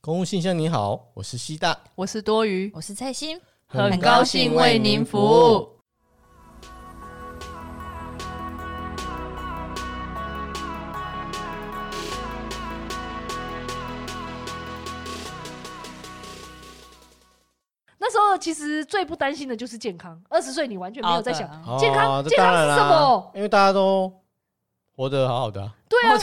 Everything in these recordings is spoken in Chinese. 公务信箱，你好，我是西大，我是多余，我是蔡心。很高兴为您服务。那时候其实最不担心的就是健康。二十岁你完全没有在想好哦健康这健当康然是什啦么？因为大家都活得好好的、啊，对啊， 哦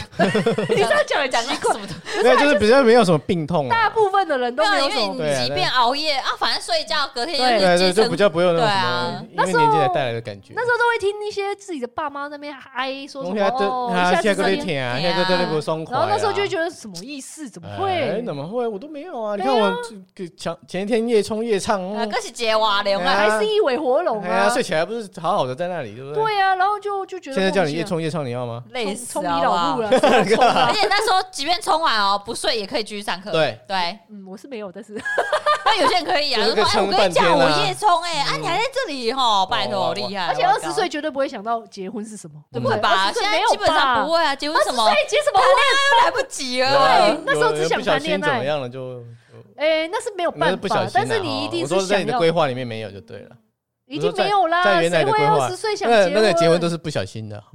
你这样讲也讲奇了 怪什。么东西？没有就是比较没有什么病痛啊，大部分的人都没没有，有因什为么，对啊你即便熬夜啊，反正睡觉隔天对对对，又是精就神比较不会有那种对什啊么因为那时候年纪来带来的感觉。那时候都会听一些自己的爸妈那边哀说东什么西还哦，都一他下现在子搁在这边，舔啊，对啊现在搁在那不松垮然啊。后那时候就会觉得什么意思？怎么哎会？怎么会？我都没有啊！你对看啊我这个前前一天夜冲夜唱，啊，嗯更是结娃了哎嘛。还是一尾活龙哎呀，啊？睡起来不是好好的在那里，对不对？对啊，然后就就觉得现在叫你莫夜名其妙冲夜唱，你要吗？累冲死啊冲你好不老好母了， 冲啊而且那时候即便冲完哦，不睡也可以继续上课。对对，嗯，我是没有，但哎是那有些人可以啊，就是就可以说哎，撑我跟你讲，半天啊我夜冲哎，嗯啊，你还在这里吼，拜哇哇托厉害。哦而且我二靠十岁绝对不会想到结婚是什么，对不会吧？ 20岁现没在有基本上不吧。会啊，结婚什么二十岁结什么婚？都来不及了。啊那时候只有想不小谈心恋怎么爱样了就，就哎，那是没有那是办不小心，法啊。但是你一定我说是在想你的要规，划里面没有就对了。一定没有啦。在原来谁的会规划二十岁那想个那个结婚都是是不小心的哈。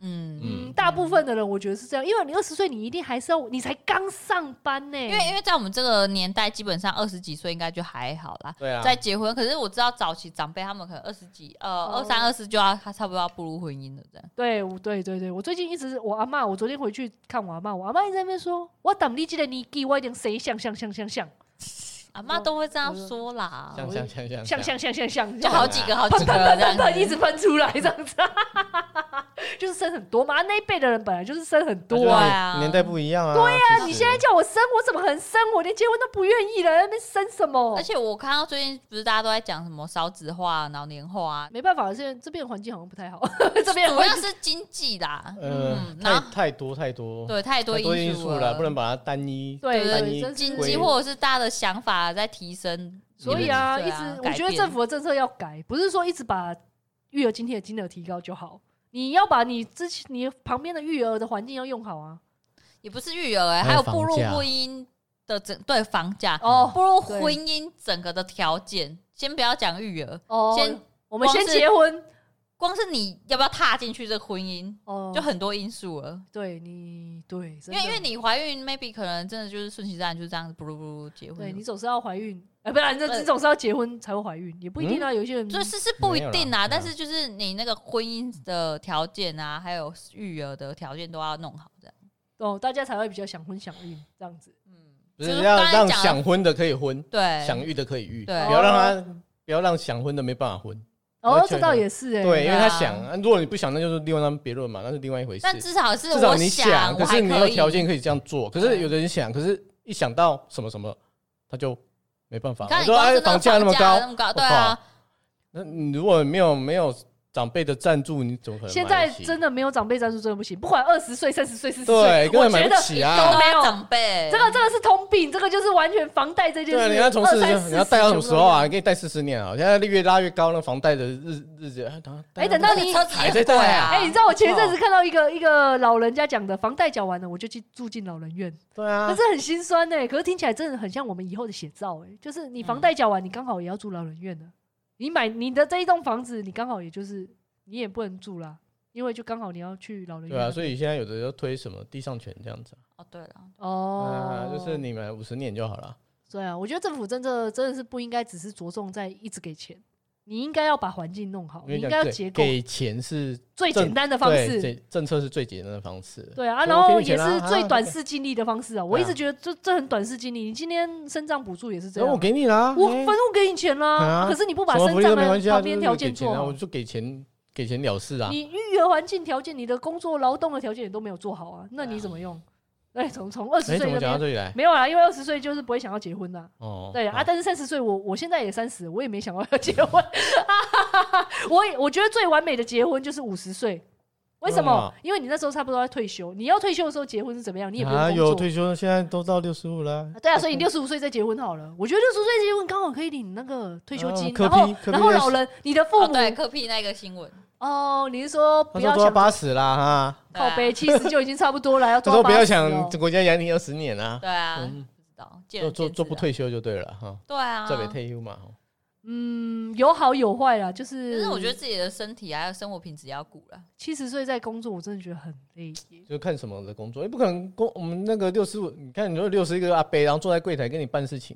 嗯，嗯嗯，，大部分的人我觉得是这样，因为你二十岁，你一定还是要，你才刚上班呢。因为因为在我们这个年代，基本上二十几岁应该就还好啦。对啊，在结婚，可是我知道早期长辈他们可能二十几，呃，哦二三、二四就要他差不多要步入婚姻了，这样。对，我对对对，我最近一直我阿妈，我昨天回去看我阿妈，我阿妈一直在那边说，我等你记得你给我一点谁像像像像像阿啊妈都会这样说啦，像像像像像像像像像，就好几个，好几喷个喷喷这样喷喷，子。一直喷出来这样子，就是生很多嘛。啊那一辈的人本来就是生很多对啊。啊年代不一样啊。对呀那你现在叫我生，我怎么可能生？我连结婚都不愿意了，在那边生什么而？且我看到最近不是大家都在讲什么少子化、老年化、啊，没办法，现在这边环境好像不太好， 这边主要是经济啦，呃嗯，，然太后太多太多对太多太多因素素了，了，不能把它单一。对对对对，真是经归济或者是大家的想法在提升，所以啊，你一们直对我啊觉得政府的政策要改，不是说一直把育儿津贴的金额提高就好，你要把你之前你旁边的育儿的环境要用好啊。也不是育儿、欸，还有还有步入房价婚姻的整对房价，哦步入对婚姻整个的条件，先不要讲育儿，哦，先我们光先是结婚光是你要不要踏进去这个婚姻，哦，就很多因素了。对你对，因真为的因为你怀孕，maybe 可能真的就是顺其自然，就是这样子，不如不如结婚对你了。总是要怀孕，哎，不然这对嗯你总是要结婚才会怀孕，也不一定啊。有些人就是是不一定啊，没有啦但是就是你那个婚姻的条件啊，还有育儿的条件都要弄好，这样。哦，大家才会比较想婚想孕这样子。嗯，不就是是要刚才让讲的想婚的可以婚，对想育的可以育，不对要让他不要让想婚的没办法婚。哦而，且这倒也是哎，对，因为他对啊想，啊如果你不想，那就是另当别论嘛，那是另外一回事。但至少是至少我你想，我可还是你有可以条件可以这样做。可是对有的人想，可是一想到什么什么，他就没办法。你看我你说光是哎，那个房价那么那高，么高，我对啊，那你如果没有没有长辈的赞助，你怎么可能买得起？现在真的没有长辈赞助真的不行，不管二十岁、三十岁、四十岁，对，根我本买觉不得起都啊。没没有有长辈，这个这个是通病，这个就是完全房贷这件对事。啊，二你要从四三十，四你要贷到什么时候啊？全你可以贷四十年啊！现在越拉越高，那房贷的日日子，哎等部都这样？哎，等到你车子还也在很贵贷啊啊，哎、你知道我前一阵子看到一个一个老人家讲的，房贷缴完了，我就去住进老人院，对可啊，是很心酸呢、可是听起来真的很像我们以后的写照哎、就是你嗯房贷缴完，你刚好也要住老人院了。你买你的这一栋房子，你刚好也就是你也不能住啦，因为就刚好你要去老人院对那啊，边。所以现在有的要推什么地上权这样子哦，对了，啊，哦、就是你买五十年就好了。对啊，我觉得政府政策真的是不应该只是着重在一直给钱，你应该要把环境弄好，因你为应讲该要对结构给钱是最政简单的方对式。这政策是最简单的方式。对啊，所以然我后给你也钱啊是啊最对短对视近利的方式啊！我一对直啊觉得这这很短视近利。你今天身障补助也是这然样后啊，我给你啦，我哎反正我给你钱啦，啊可是你不把什么福身利都障没关的系啊，旁就边是条给件钱做啊，我好，就给钱给钱了事啊。你育儿环境条件、你的工作劳动的条件也都没有做好啊，那你怎么用？ 哎，从从二十哎，岁怎么那讲到边这里来？没有啊，因为二十岁就是不会想要结婚啦。哦，对啊，好但是三十岁，我我现在也三十，我也没想到要结婚。 我也我觉得最完美的结婚就是五十岁，为什嗯么啊？因为你那时候差不多要退休，你要退休的时候结婚是怎么样？你也不用啊，工有作。退休，现在都到六十五了。对啊，所以你六十五岁再结婚好了。我觉得六十岁结婚刚好可以领那个退休金啊，然柯后批柯批然后那老人，你的父哦母对，科屁那个新闻，哦，你是说他不说要都要想八十啦哈，对啊 靠背，七十就已经差不多了，要他抓说不要80哦想国家养你二十年啊。对啊，嗯道，见做仁做见做智不啊，退休就对了哈，对啊，这北退休嘛，吼嗯，有好有坏啦，就可是。是我觉得自己的身体还有生活品质也要顾了，七十岁在工作，我真的觉得很累耶。就看什么的工作，也不可能工我们那个六十五，你看你说六十一个阿伯，然后坐在柜台给你办事情，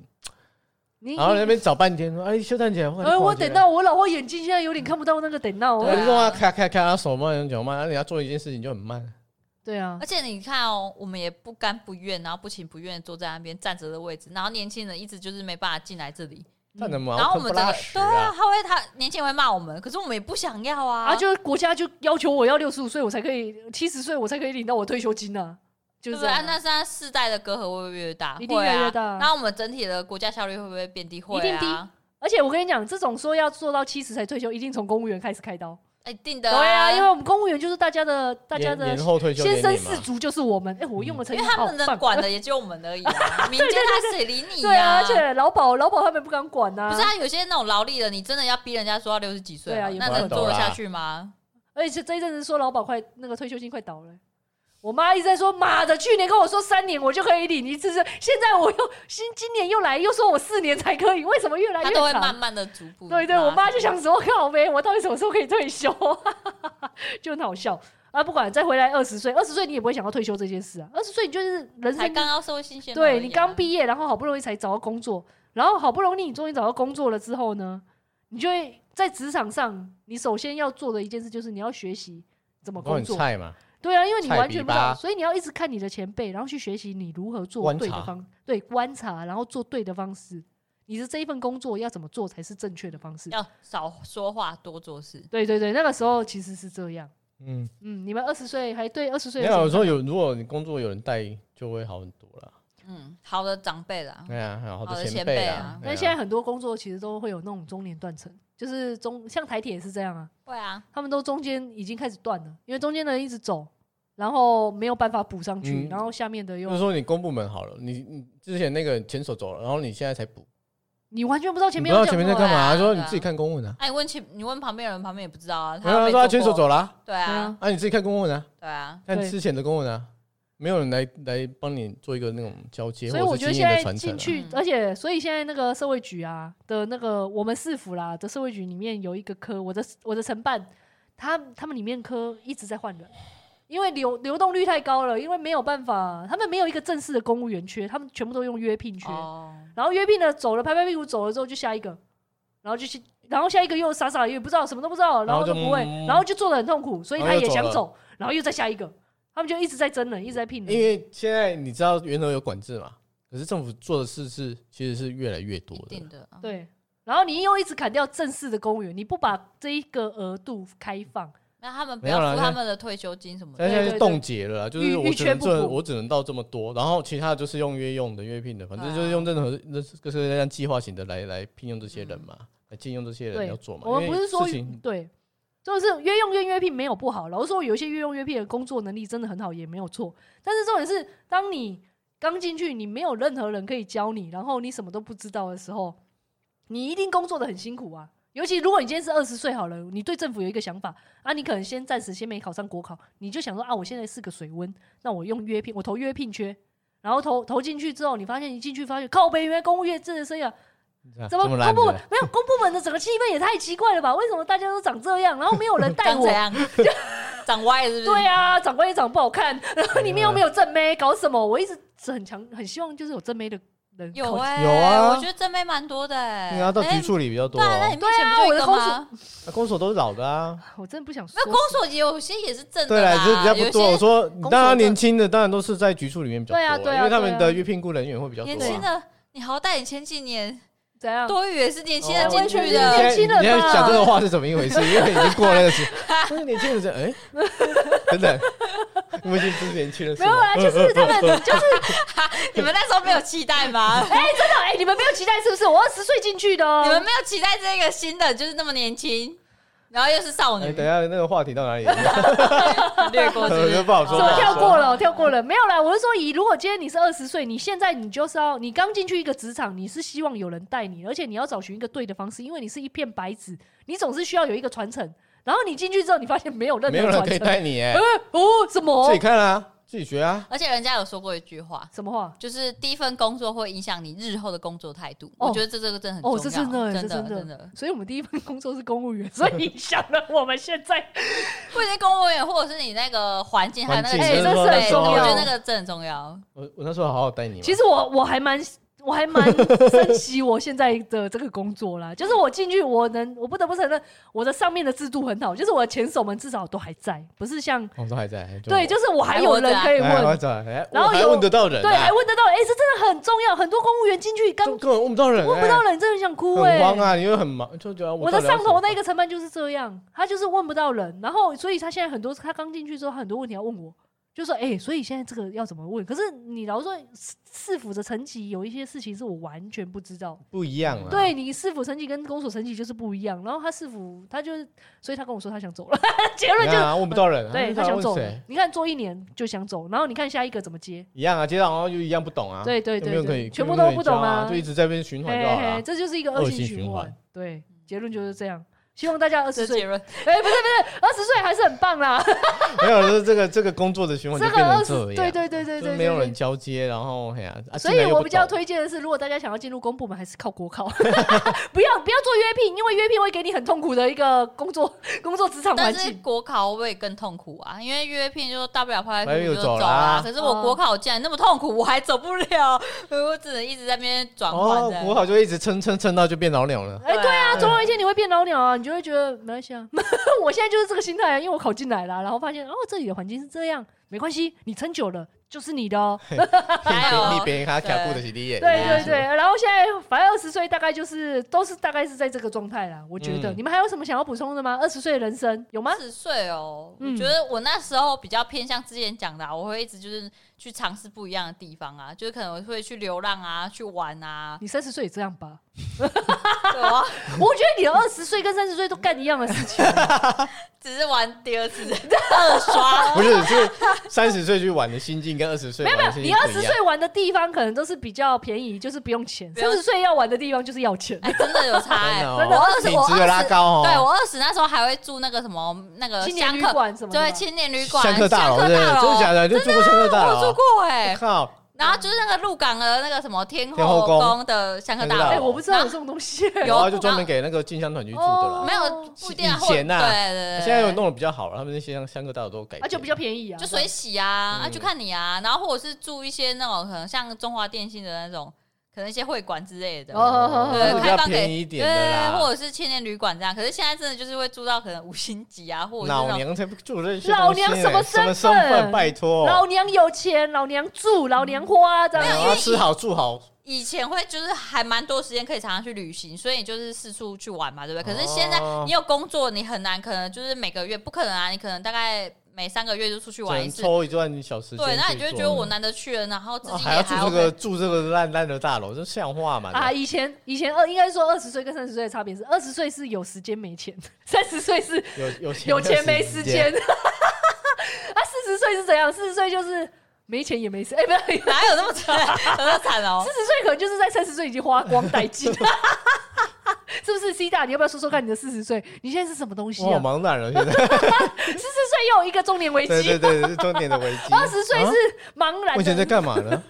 你然后那你边找半天，说哎，修蛋姐，哎，我等到我老花眼睛现在有点看不到那个等到我哦。对就说啊，咔咔咔，手慢脚慢，然后你要做一件事情就很慢，对啊而，且你看哦，我们也不甘不愿，然后不情不愿地坐在那边站着的位置，然后年轻人一直就是没办法进来这里，嗯看什么？然后我们不整拉个屎对啊，，他会他年轻人会骂我们，可是我们也不想要啊，啊，就是国家就要求我要六十五岁我才可以，七十岁我才可以领到我退休金啊，就对是不对？这样啊啊那现在世代的隔阂会不会越来越大？一定越来越大会啊。然后我们整体的国家效率会不会变低？会一定低啊，而且我跟你讲，这种说要做到七十才退休，一定从公务员开始开刀。哎一定对的啊，因为我们公务员就是大家的大家年的年后退休先典生礼嘛士，卒，就是我们。哎，我用的成因语为他好们能棒。管 的也只有我们而已啊，民间他谁理你对啊，啊？而且劳保劳保他们不敢管呐不是。啊，有些那种劳力的，你真的要逼人家说要六十几岁对啊嘛，也那不能懂做得啦下去吗？而且这一阵子说劳保快那个退休金快倒了。我妈一直在说，妈的，去年跟我说三年我就可以领一次，是现在我又新今年又来又说我四年才可以，为什么越来他越都会长慢慢的逐步。啊啊对对，我妈就想说，靠呗，我到底什么时候可以退休、就很好笑啊！不管再回来二十岁，二十岁你也不会想到退休这件事啊。二十岁你就是人才生，刚刚社会新鲜、对你刚，毕业，然后好不容易才找到工作，然后好不容易你终于找到工作了之后呢，你就会在职场上，你首先要做的一件事就是你要学习怎么都工很作。哦菜嘛，对啊，因为你菜完比全不知道，吧所以你要一直看你的前辈，然后去学习你如何做观对的察方，对观察，然后做对的方式。你的这一份工作要怎么做才是正确的方式？要少说话，多做事。对对对，那个时候其实是这样。嗯，嗯，你们二十岁还对二十岁没有什么有说有，如果你工作有人带，就会好很多了。嗯，好的长辈哦啦，对啊，还有好好多的前前辈辈啊啊，对但啊现在很多工作其实都会有那种中年断层，就是中像台铁也是这样啊，会啊，他们都中间已经开始断了，因为中间的人一直走，然后没有办法补上去，嗯然后下面的就是又说你公部门好了，你你之前那个前手走了，然后你现在才补，你完全不知道前你不面知道要前面这在干样对嘛，啊说对你啊自己看公文啊，哎、你问前，你问旁边人，旁边也不知道啊。没有没他说他前做手过走了啊，对对啊啊，啊你自己看公文啊，对啊，看对之前的公文啊，没有人来来帮你做一个那种交接，做。所以或我者觉是经得验现的在传承啊。进去，嗯而且所以现在那个社会局啊的那个我们市府啦的社会局里面有一个科，我的我的承办，他他们里面科一直在换人，因为流流动率太高了，因为没有办法，他们没有一个正式的公务员缺，他们全部都用约聘缺，哦，然后约聘的走了，拍拍屁股走了之后就下一个，然后就去，然后下一个又傻傻也不知道什么都不知道，然然后后就都不会，嗯然后就做的很痛苦，所以然他后又也想走了走，然后又再下一个，他们就一直在争人，一直在聘因人，为现在你知道原来有管制嘛，可是政府做的事是其实是越来越多一的定，的啊。对。然后你又一直砍掉正式的公务员，你不把这一个额度开放，那他们不没有要啦付现在他们的退休金什么但的，现在对对是冻结了啦，就是预我预只缺能不这补我只能到这么多，然后其他的就是用约用的约聘的，反正就是啊用任何任就是这样计划型的来来聘用这些人嘛，来聘用这些嗯对人要做嘛。我们因不为是说事情对，就是约用跟约聘没有不好，老实说，有一些约用约聘的工作能力真的很好，也没有错。但是重点是，当你刚进去，你没有任何人可以教你，然后你什么都不知道的时候，你一定工作的很辛苦啊。尤其如果你今天是二十岁好了，你对政府有一个想法啊，你可能先暂时先没考上国考，你就想说啊，我现在是个水温，那我用约聘，我投约聘缺，然后投投进去之后，你发现一进去发现靠北，原来公务员真的生涯 啊怎么这么公烂部门的？没有公部门的整个气氛也太奇怪了吧？为什么大家都长这样，然后没有人带 长我怎？样？长歪了是不是？ 对啊，长官也长不好看，然后里面又嗯没有正妹，搞什么？我一直是很强，很希望就是有正妹的人有啊，哎、有啊我觉得正妹蛮多的哎、你要到哎局处理比较多对啊，那哦你，面前不就一对啊个我的吗？那公所都是老的啊。我真的不想说那。公所有些也是正的对啦，啦，这比较不多。有我些说，所当然的年轻的当然都是在局处里面比较对啊多对啊，啊因为他们对啊的预聘雇人员会比较多年轻啊。的，你好歹也前几年怎样？多余也是年轻人哦进去完全是现的年，在轻人你现在吧讲这个话是怎么一回事？ 因为已经过了那个 时，不是年轻人是哎， 等等，你们已经不是年轻人是没有吗？啦，就是他们，嗯就是 你们那时候没有期待吗？ 哎、你们没有期待是不是？我二十岁进去的哦，你们没有期待这个新的就是那么年轻，然后又是少女哎，，等一下那个话题到哪 里？略 过是不哦是这不好说怎么吧跳过了？我跳过了，没有啦。我是说，以如果今天你是二十岁，你现在你就是要，你刚进去一个职场，你是希望有人带你，而且你要找寻一个对的方式，因为你是一片白纸，你总是需要有一个传承。然后你进去之后，你发现没有任没有何人传可以承，带你哎 呃，哦，什么自己？看啦，自己学啊，而且人家有说过一句话，什么话？就是第一份工作会影响你日后的工作态度。哦我觉得这这个真的很重要，哦，这真的欸，这真的的，真的。所以我们第一份工作是公务员，所以影响了我们现在。不仅是公务员，或者是你那个环境，还有那个环境气真的氛哎是很重我觉要得那个真的很重要。我我那时候好好带你嘛。其实我我还蛮我还蛮珍惜我现在的这个工作啦， 就是我进去，我能我不得不承认，我的上面的制度很好，就是我的前手们至少都还在，不是像哦我都还在，对，就是我还有人还可以我哎我问，在，哎然后我还有问得到人啊，对，还问得到，哎，这真的很重要。很多公务员进去刚就根本问不到人，问不到人，真的很想哭哎，哎很、慌啊，你又很忙，就觉得我的上头那个，个承办就是这样，他就是问不到人，然后所以他现在很多他刚进去之后，他很多问题要问我，就说哎、欸所以现在这个要怎么问？可是你老实说市市府的层级有一些事情是我完全不知道，不一样啊，对你市府层级跟公所层级就是不一样。然后他市府他就是，所以他跟我说他想走了，结你论就看是、啊，问不到人，对他他就想问走谁了。你看做一年就想走，然后你看下一个怎么接，一样啊，街上好像就一样不懂啊，对对有没对有可对以，全有没部有都可以不懂教啊啊，就一直在那边循环就好了啊。这就是一个恶恶性性循循环嗯环。对，结论就是这样。希望大家二十这岁结论哎、不是不是，二十岁还是很棒啦。没有，就是这个这个工作的循环就这变个成这二十样，，对对对对就对，是没有对人。交接，然后哎呀，啊所进以来又我不比较懂推荐的是，如果大家想要进入公部门，还是靠国考， 不要不要做约聘，因为约聘会给你很痛苦的一个工作工作职场环但是境。国考会更痛苦啊，因为约聘就大不了拍哎拍屁又股就走走啦啦。可是我国考竟然那么痛苦，我还走不了，我只能一直在那边转换哦的。，我好就一直撑撑撑到就变老鸟 了。哎、对啊，啊总有一天你会变老鸟啊，你就会觉得没关系啊。 我现在就是这个心态啊，因为我考进来了，然后发现哦，这里的环境是这样，没关系，你撑久了就是你的哦。还有你别他卡布的是你耶， 对对是对，然后现在反正二十岁大概就是都是大概是在这个状态啦，我觉得。嗯你们还有什么想要补充的吗？二十岁人生有吗？四十岁哦，嗯，我觉得我那时候比较偏向之前讲的、啊，我会一直就是去尝试不一样的地方啊，就是可能我会去流浪啊，去玩啊 你三十岁也这样吧？ 对啊，我觉得你的二十岁跟三十岁都干一样的事情，只是玩第二次二刷。不是是三十岁去玩的心境跟二十岁没有玩没的有， 心啊你境二不一十样。岁玩的地方可能都是比较便宜，就是不用钱；不三用十岁要玩的地方就是要钱。 哎，真的有差哎、哦真的我二十，品我质有二拉十，高哦。对我二十那时候还会住那个什么那个青年香旅客，馆什么的吧，对，青年旅馆、香客大楼香对，真的假的？就哦住过香客大我住楼？过哎、靠，然后就是那个鹿港的那个什么天天后后宫宫的香客大香客大哎，楼楼，我不知道有这种东西。然有后就专门给那个进香团去住的哦了。没有不一定啊，以前啊或对对对，现在有弄得比较好了，他们那些香香客大楼都改，而且比较便宜啊，就水洗啊，嗯啊去看你啊，然后或者是住一些那种可能像中华电信的那种，可能一些会馆之类的，哦对就是比较开放给便宜一点的对，啦或。者是青年旅馆这样。可是现在真的就是会住到可能五星级啊，或者是老那种娘才不住这些老东西娘嘞什么什么身份份？拜托，老娘有钱，老娘住，老娘花，这样然后吃好住好，以前会就是还蛮多时间可以常常去旅行，所以你就是四处去玩嘛，对不对？可是现在哦你有工作，你很难可能就是每个月不可能啊，你可能大概每三个月就出去只玩一能次。抽一段小时间去做。对，那你就会觉得我难得去了，然后自啊己还也要住还这 OK 个住这个烂烂的大楼，这像话吗？啊，以前以前二应该说二十岁跟三十岁的差别是，二十岁是有时间没钱， 三十岁是有有有钱钱没时间。， 啊，四十岁是怎样？四十岁就是没钱也没事，哎、不对， 哪有那么惨，有那么惨哦四？十岁可能就是在三十岁已经花光殆尽， 是不是？C 大，你要不要说说看你的四十岁？你现在是什么东西我好啊？茫然了，现在四十岁又有一个中年危对对机，对，是中年的危 机。二十岁啊是茫然我以前在的。干嘛呢？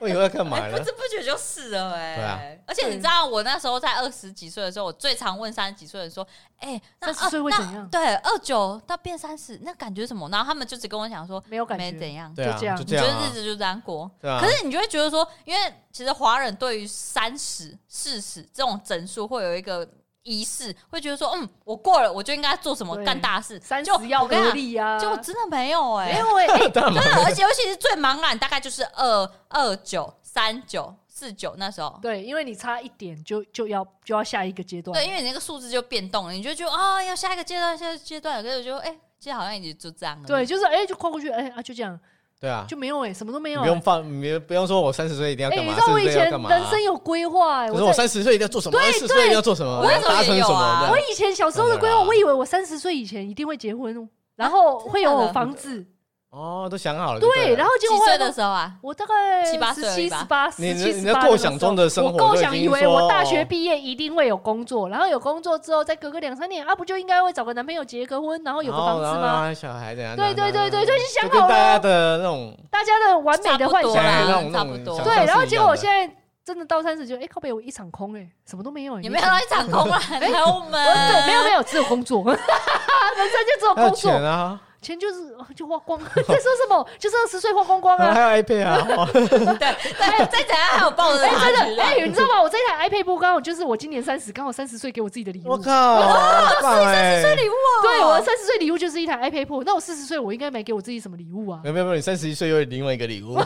我以后在干嘛哎不呢？知不觉就是了哎、对啊而且你知道，我那时候在二十几岁的时候，我最常问三十几岁的人说：“哎、那30岁二会那怎样对，二九到变三十，那感觉什么？然后他们就只跟我讲说，没有感没觉，怎样，对啊，就这样就你这觉样得日啊，子就这样过。对啊。可是你就会觉得说，因为其实华人对于三十、四十这种整数会有一个仪式，会觉得说，嗯，我过了，我就应该做什么对干大事。三就十要我跟你隔讲离啊，就真的没有哎、没 有哎、哎干嘛？真的，而且尤其是最茫然，大概就是二二九、三九、四九那时候。对，因为你差一点就就要就要下一个阶段，对，因为你那个数字就变动了，你就觉得啊、要下一个阶段，下一个阶段，可是我就哎、其实好像也就这样了。对，，就是哎、就跨过去，哎、啊，就这样，对啊，就没有哎、什么都没你有、不用放，你不不用说我三十岁一定要哎、干你嘛，知道我四以十岁前要干嘛啊人？生有规划哎、可我是我在三十岁一定要做什么，对四十岁一定要做什么，对要达成什我那时候也有啊么我的。以啊啊前小时候的规划，我以为我三十岁以前一定会结婚哦，然后会有房子，哦，都想好了就了。对，然后结果几后来岁的时候啊？我大概七八岁十而七、已吧十八、你十的七、你十的八构想中的生活我构就已想经以为说我大学哦毕业一定会有工作，然后有工作之后，再隔个两三年啊，不就应该会找个男朋友结个婚，然后有个然后房子然后吗？然后小孩怎样？对怎样对对对，怎就样是想就跟好大家了的那种大家的完美的幻差不多。想啦哎那种差不多那种想象是一样的对，然后结果我现在真的到三十就，哎，靠北我一场空，哎，什么都没 有，也没有让你场空啊，还我对，们没有没有，只有工作， 人生就只有还有工钱作，啊，钱就是哦就花光， 在说什么？就是二十岁花光光然后啊！还有 iPad 啊，哇对，再怎样还有抱着他真去的，哎、啊你知道吗？我这台 iPad 不刚好就是我今年三十，刚好三十岁给我自己的礼我物。靠，好棒哎！礼物啊对，我三十岁礼物就是一台 iPad Pro，那我四十岁我应该没给我自己什么礼物啊？没有没有没有，你三十一岁又有另外一个礼物，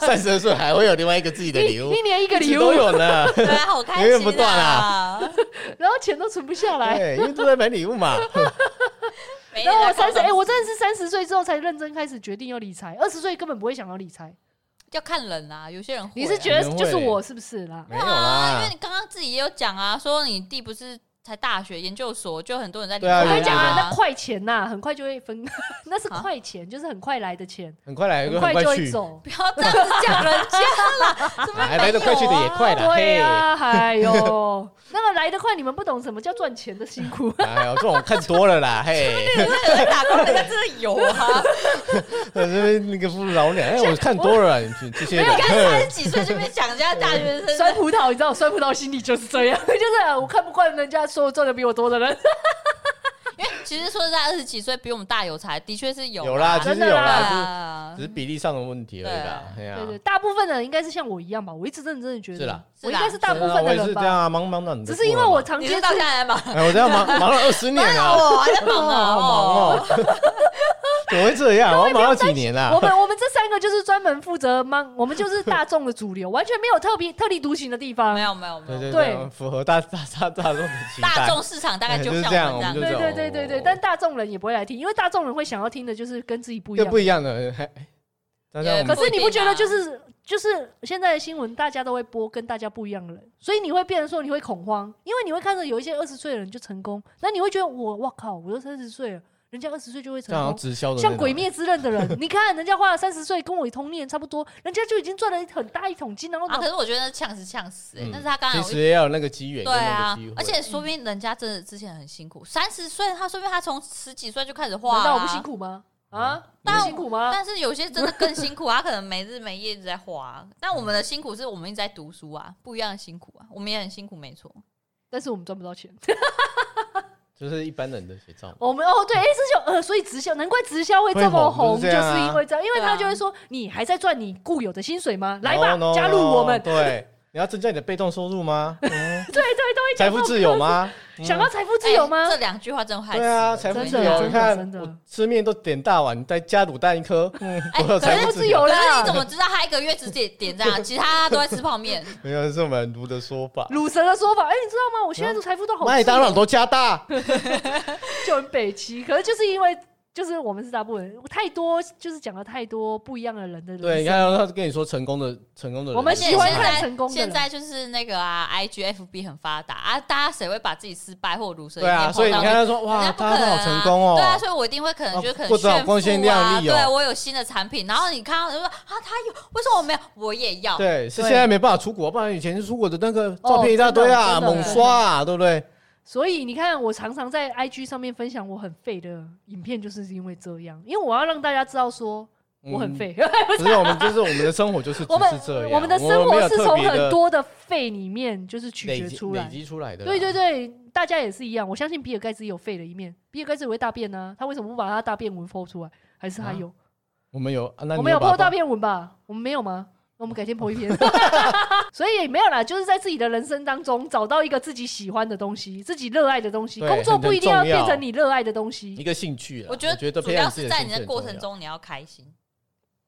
三十二岁还会有另外一个自己的一礼物，一年一个一礼直物都，有呢。对啊，好开源源不心断啊！然后钱都存不下来。对，因为都在买礼物嘛。每一然后我年在三看十，哎、我真的是三十岁之后才认真开始决定要理财，二十岁根本不会想要理财。要看人啊，有些人会啊你是觉啊得你们会就是我是不是啦？没有啊，因为啦你，刚刚自己也有讲啊，说你弟不是才大学研究所，就很多人在理对啊我财跟你讲啊，对那快钱呐、很快就会分， 那啊是快钱，就是很快来的钱，很快来，很快就会去，走。不要这样子讲人家啦，怎么哎来得快去的也快啦。对嘿，啊，哎呦， 那个来得快，你们不懂什么叫赚钱的 辛苦。哎呦，这种看多了 啦，嘿，有人打工，人家真的有啊！这边那个老鸟，哎，我看多了啦，你这这些人你看三十几岁就被讲人家大学生，酸葡萄，你知道我酸葡萄心理就是这样， 就是呃我看不惯人家说赚的比我多的人，因为其实说实在，二十几岁比我们大有才，的确是有有啦，其真实的有啦啦，就是啦 只是比例上的问题而已啦。哎呀对，对，大部分的人应该是像我一样吧，我一直认真的觉得，是啦我应该是大部是啊分我的也是人这吧，样啊，忙忙的，只是因啊为我常你接是触到，现 在吗？ 哎，我这样忙忙了二十 年啊了，哎我 还在忙好啊！忙哦，怎么会这样？我要忙了几年啊啦我？们我们这三个就是专门负责忙，我们就是大众的主流，完全没有特别特立独行的地方没。有没有没对有，对对对，符合大大大大众的期待。大众市场大概就 就是像这样我我们们这就样，对对对对对，哦但大众人也不会来听，因为大众人会想要听的就是跟自己不一又样不。一啊样了，还大家我可们是你不觉得就是就是现在的新闻，大家都会播跟大家不一样的人，所以你会变成说你会恐慌，因为你会看着有一些二十岁的人就成功，那你会觉得我哇靠，我都三十岁了，人家二十岁就会这成样好像功。直销的那种，啊像《鬼灭之刃》的人，你看人家花了三十岁，跟我同年差不多，人家就已经赚了很大一桶金，然后啊，可是我觉得呛死呛死哎、嗯但是他刚才其有实也有那个机缘，对啊有那个机，会而且说不定人家真的之前很辛苦，三十岁他说不定他从十几岁就开始画、难啊，道我不辛？苦吗？嗯啊，我但不辛苦吗？但是有些真的更辛苦啊，他可能没日没夜一直在画、啊。但我们的辛苦是我们一直在读书啊，不一样的辛苦啊，我们也很辛苦，没错。但是我们赚不到钱。就是一般人的写照。我们哦对，哎，这就呃，所以直销，难怪直销会这么会红红，就就是这样啊是因为这样，因为对啊他就会说你还在赚你固有的薪水吗？来吧 No, no,，加入 no, 我们。哦对，你要增加你的被动收入吗？嗯 对对，都会讲财这富种自由吗？歌词？想要财富自由吗哎？这两句话真的害死对啊，人哎财富真自的由。真你的看真的我吃面都点大碗，再加卤蛋一颗， 嗯，哎我有财财富富自自由由。可是你怎啦。么知道他一个月只点点这样？其他都在吃泡面，没有，这是我们儒的说法。鲁神的说法，哎，你知道吗？我现在的财富都好自哦由，麦嗯当劳都加 大，就很北齐，可是就是因为。就是我们是大部分人，太多就是讲了太多不一样的人的人生。对，你看他跟你说成功的成功的人，我们喜欢看成功的人现在就是那个啊，IGFB 很发达啊，大家谁会把自己失败或乳蛇对啊，所以你看他说哇，人家不大可家能都啊好成功哦，对啊，所以我一定会可能就可能过得好炫富光鲜亮丽哦啊对我有新的产品，然后你看到就说啊，他有，为什么我没有？我也要。对，啊是对现在没办法出国，不然以前出国的那个照片一大堆啊，哦真的真的猛刷啊，对不对？所以你看，我常常在 IG 上面分享我很废的影片，就是因为这样，因为我要让大家知道说我很嗯。废。只是我们就是我们的生活就是只 我们是这样，我们的生没活有是特从别很的多的废里面就是取累决积出累来。积出来的啦，对对对，大家也是一样。我相信比尔盖茨也有废的一面，比尔盖茨也会大便呢、他为什么不把他大便纹剖出来？还是他有？我们有，啊啊那你我们有把它剖大便纹吧？我们没有吗？我们改天剖一篇。 所以也没有啦，就是在自己的人生当中找到一个自己喜欢的东西，自己热爱的东西。对工作很不一定很要重要变成你热爱的东西一。个兴趣啦啊我觉得觉得主培要养自己是的在兴你趣的很过重程要，中你要开心，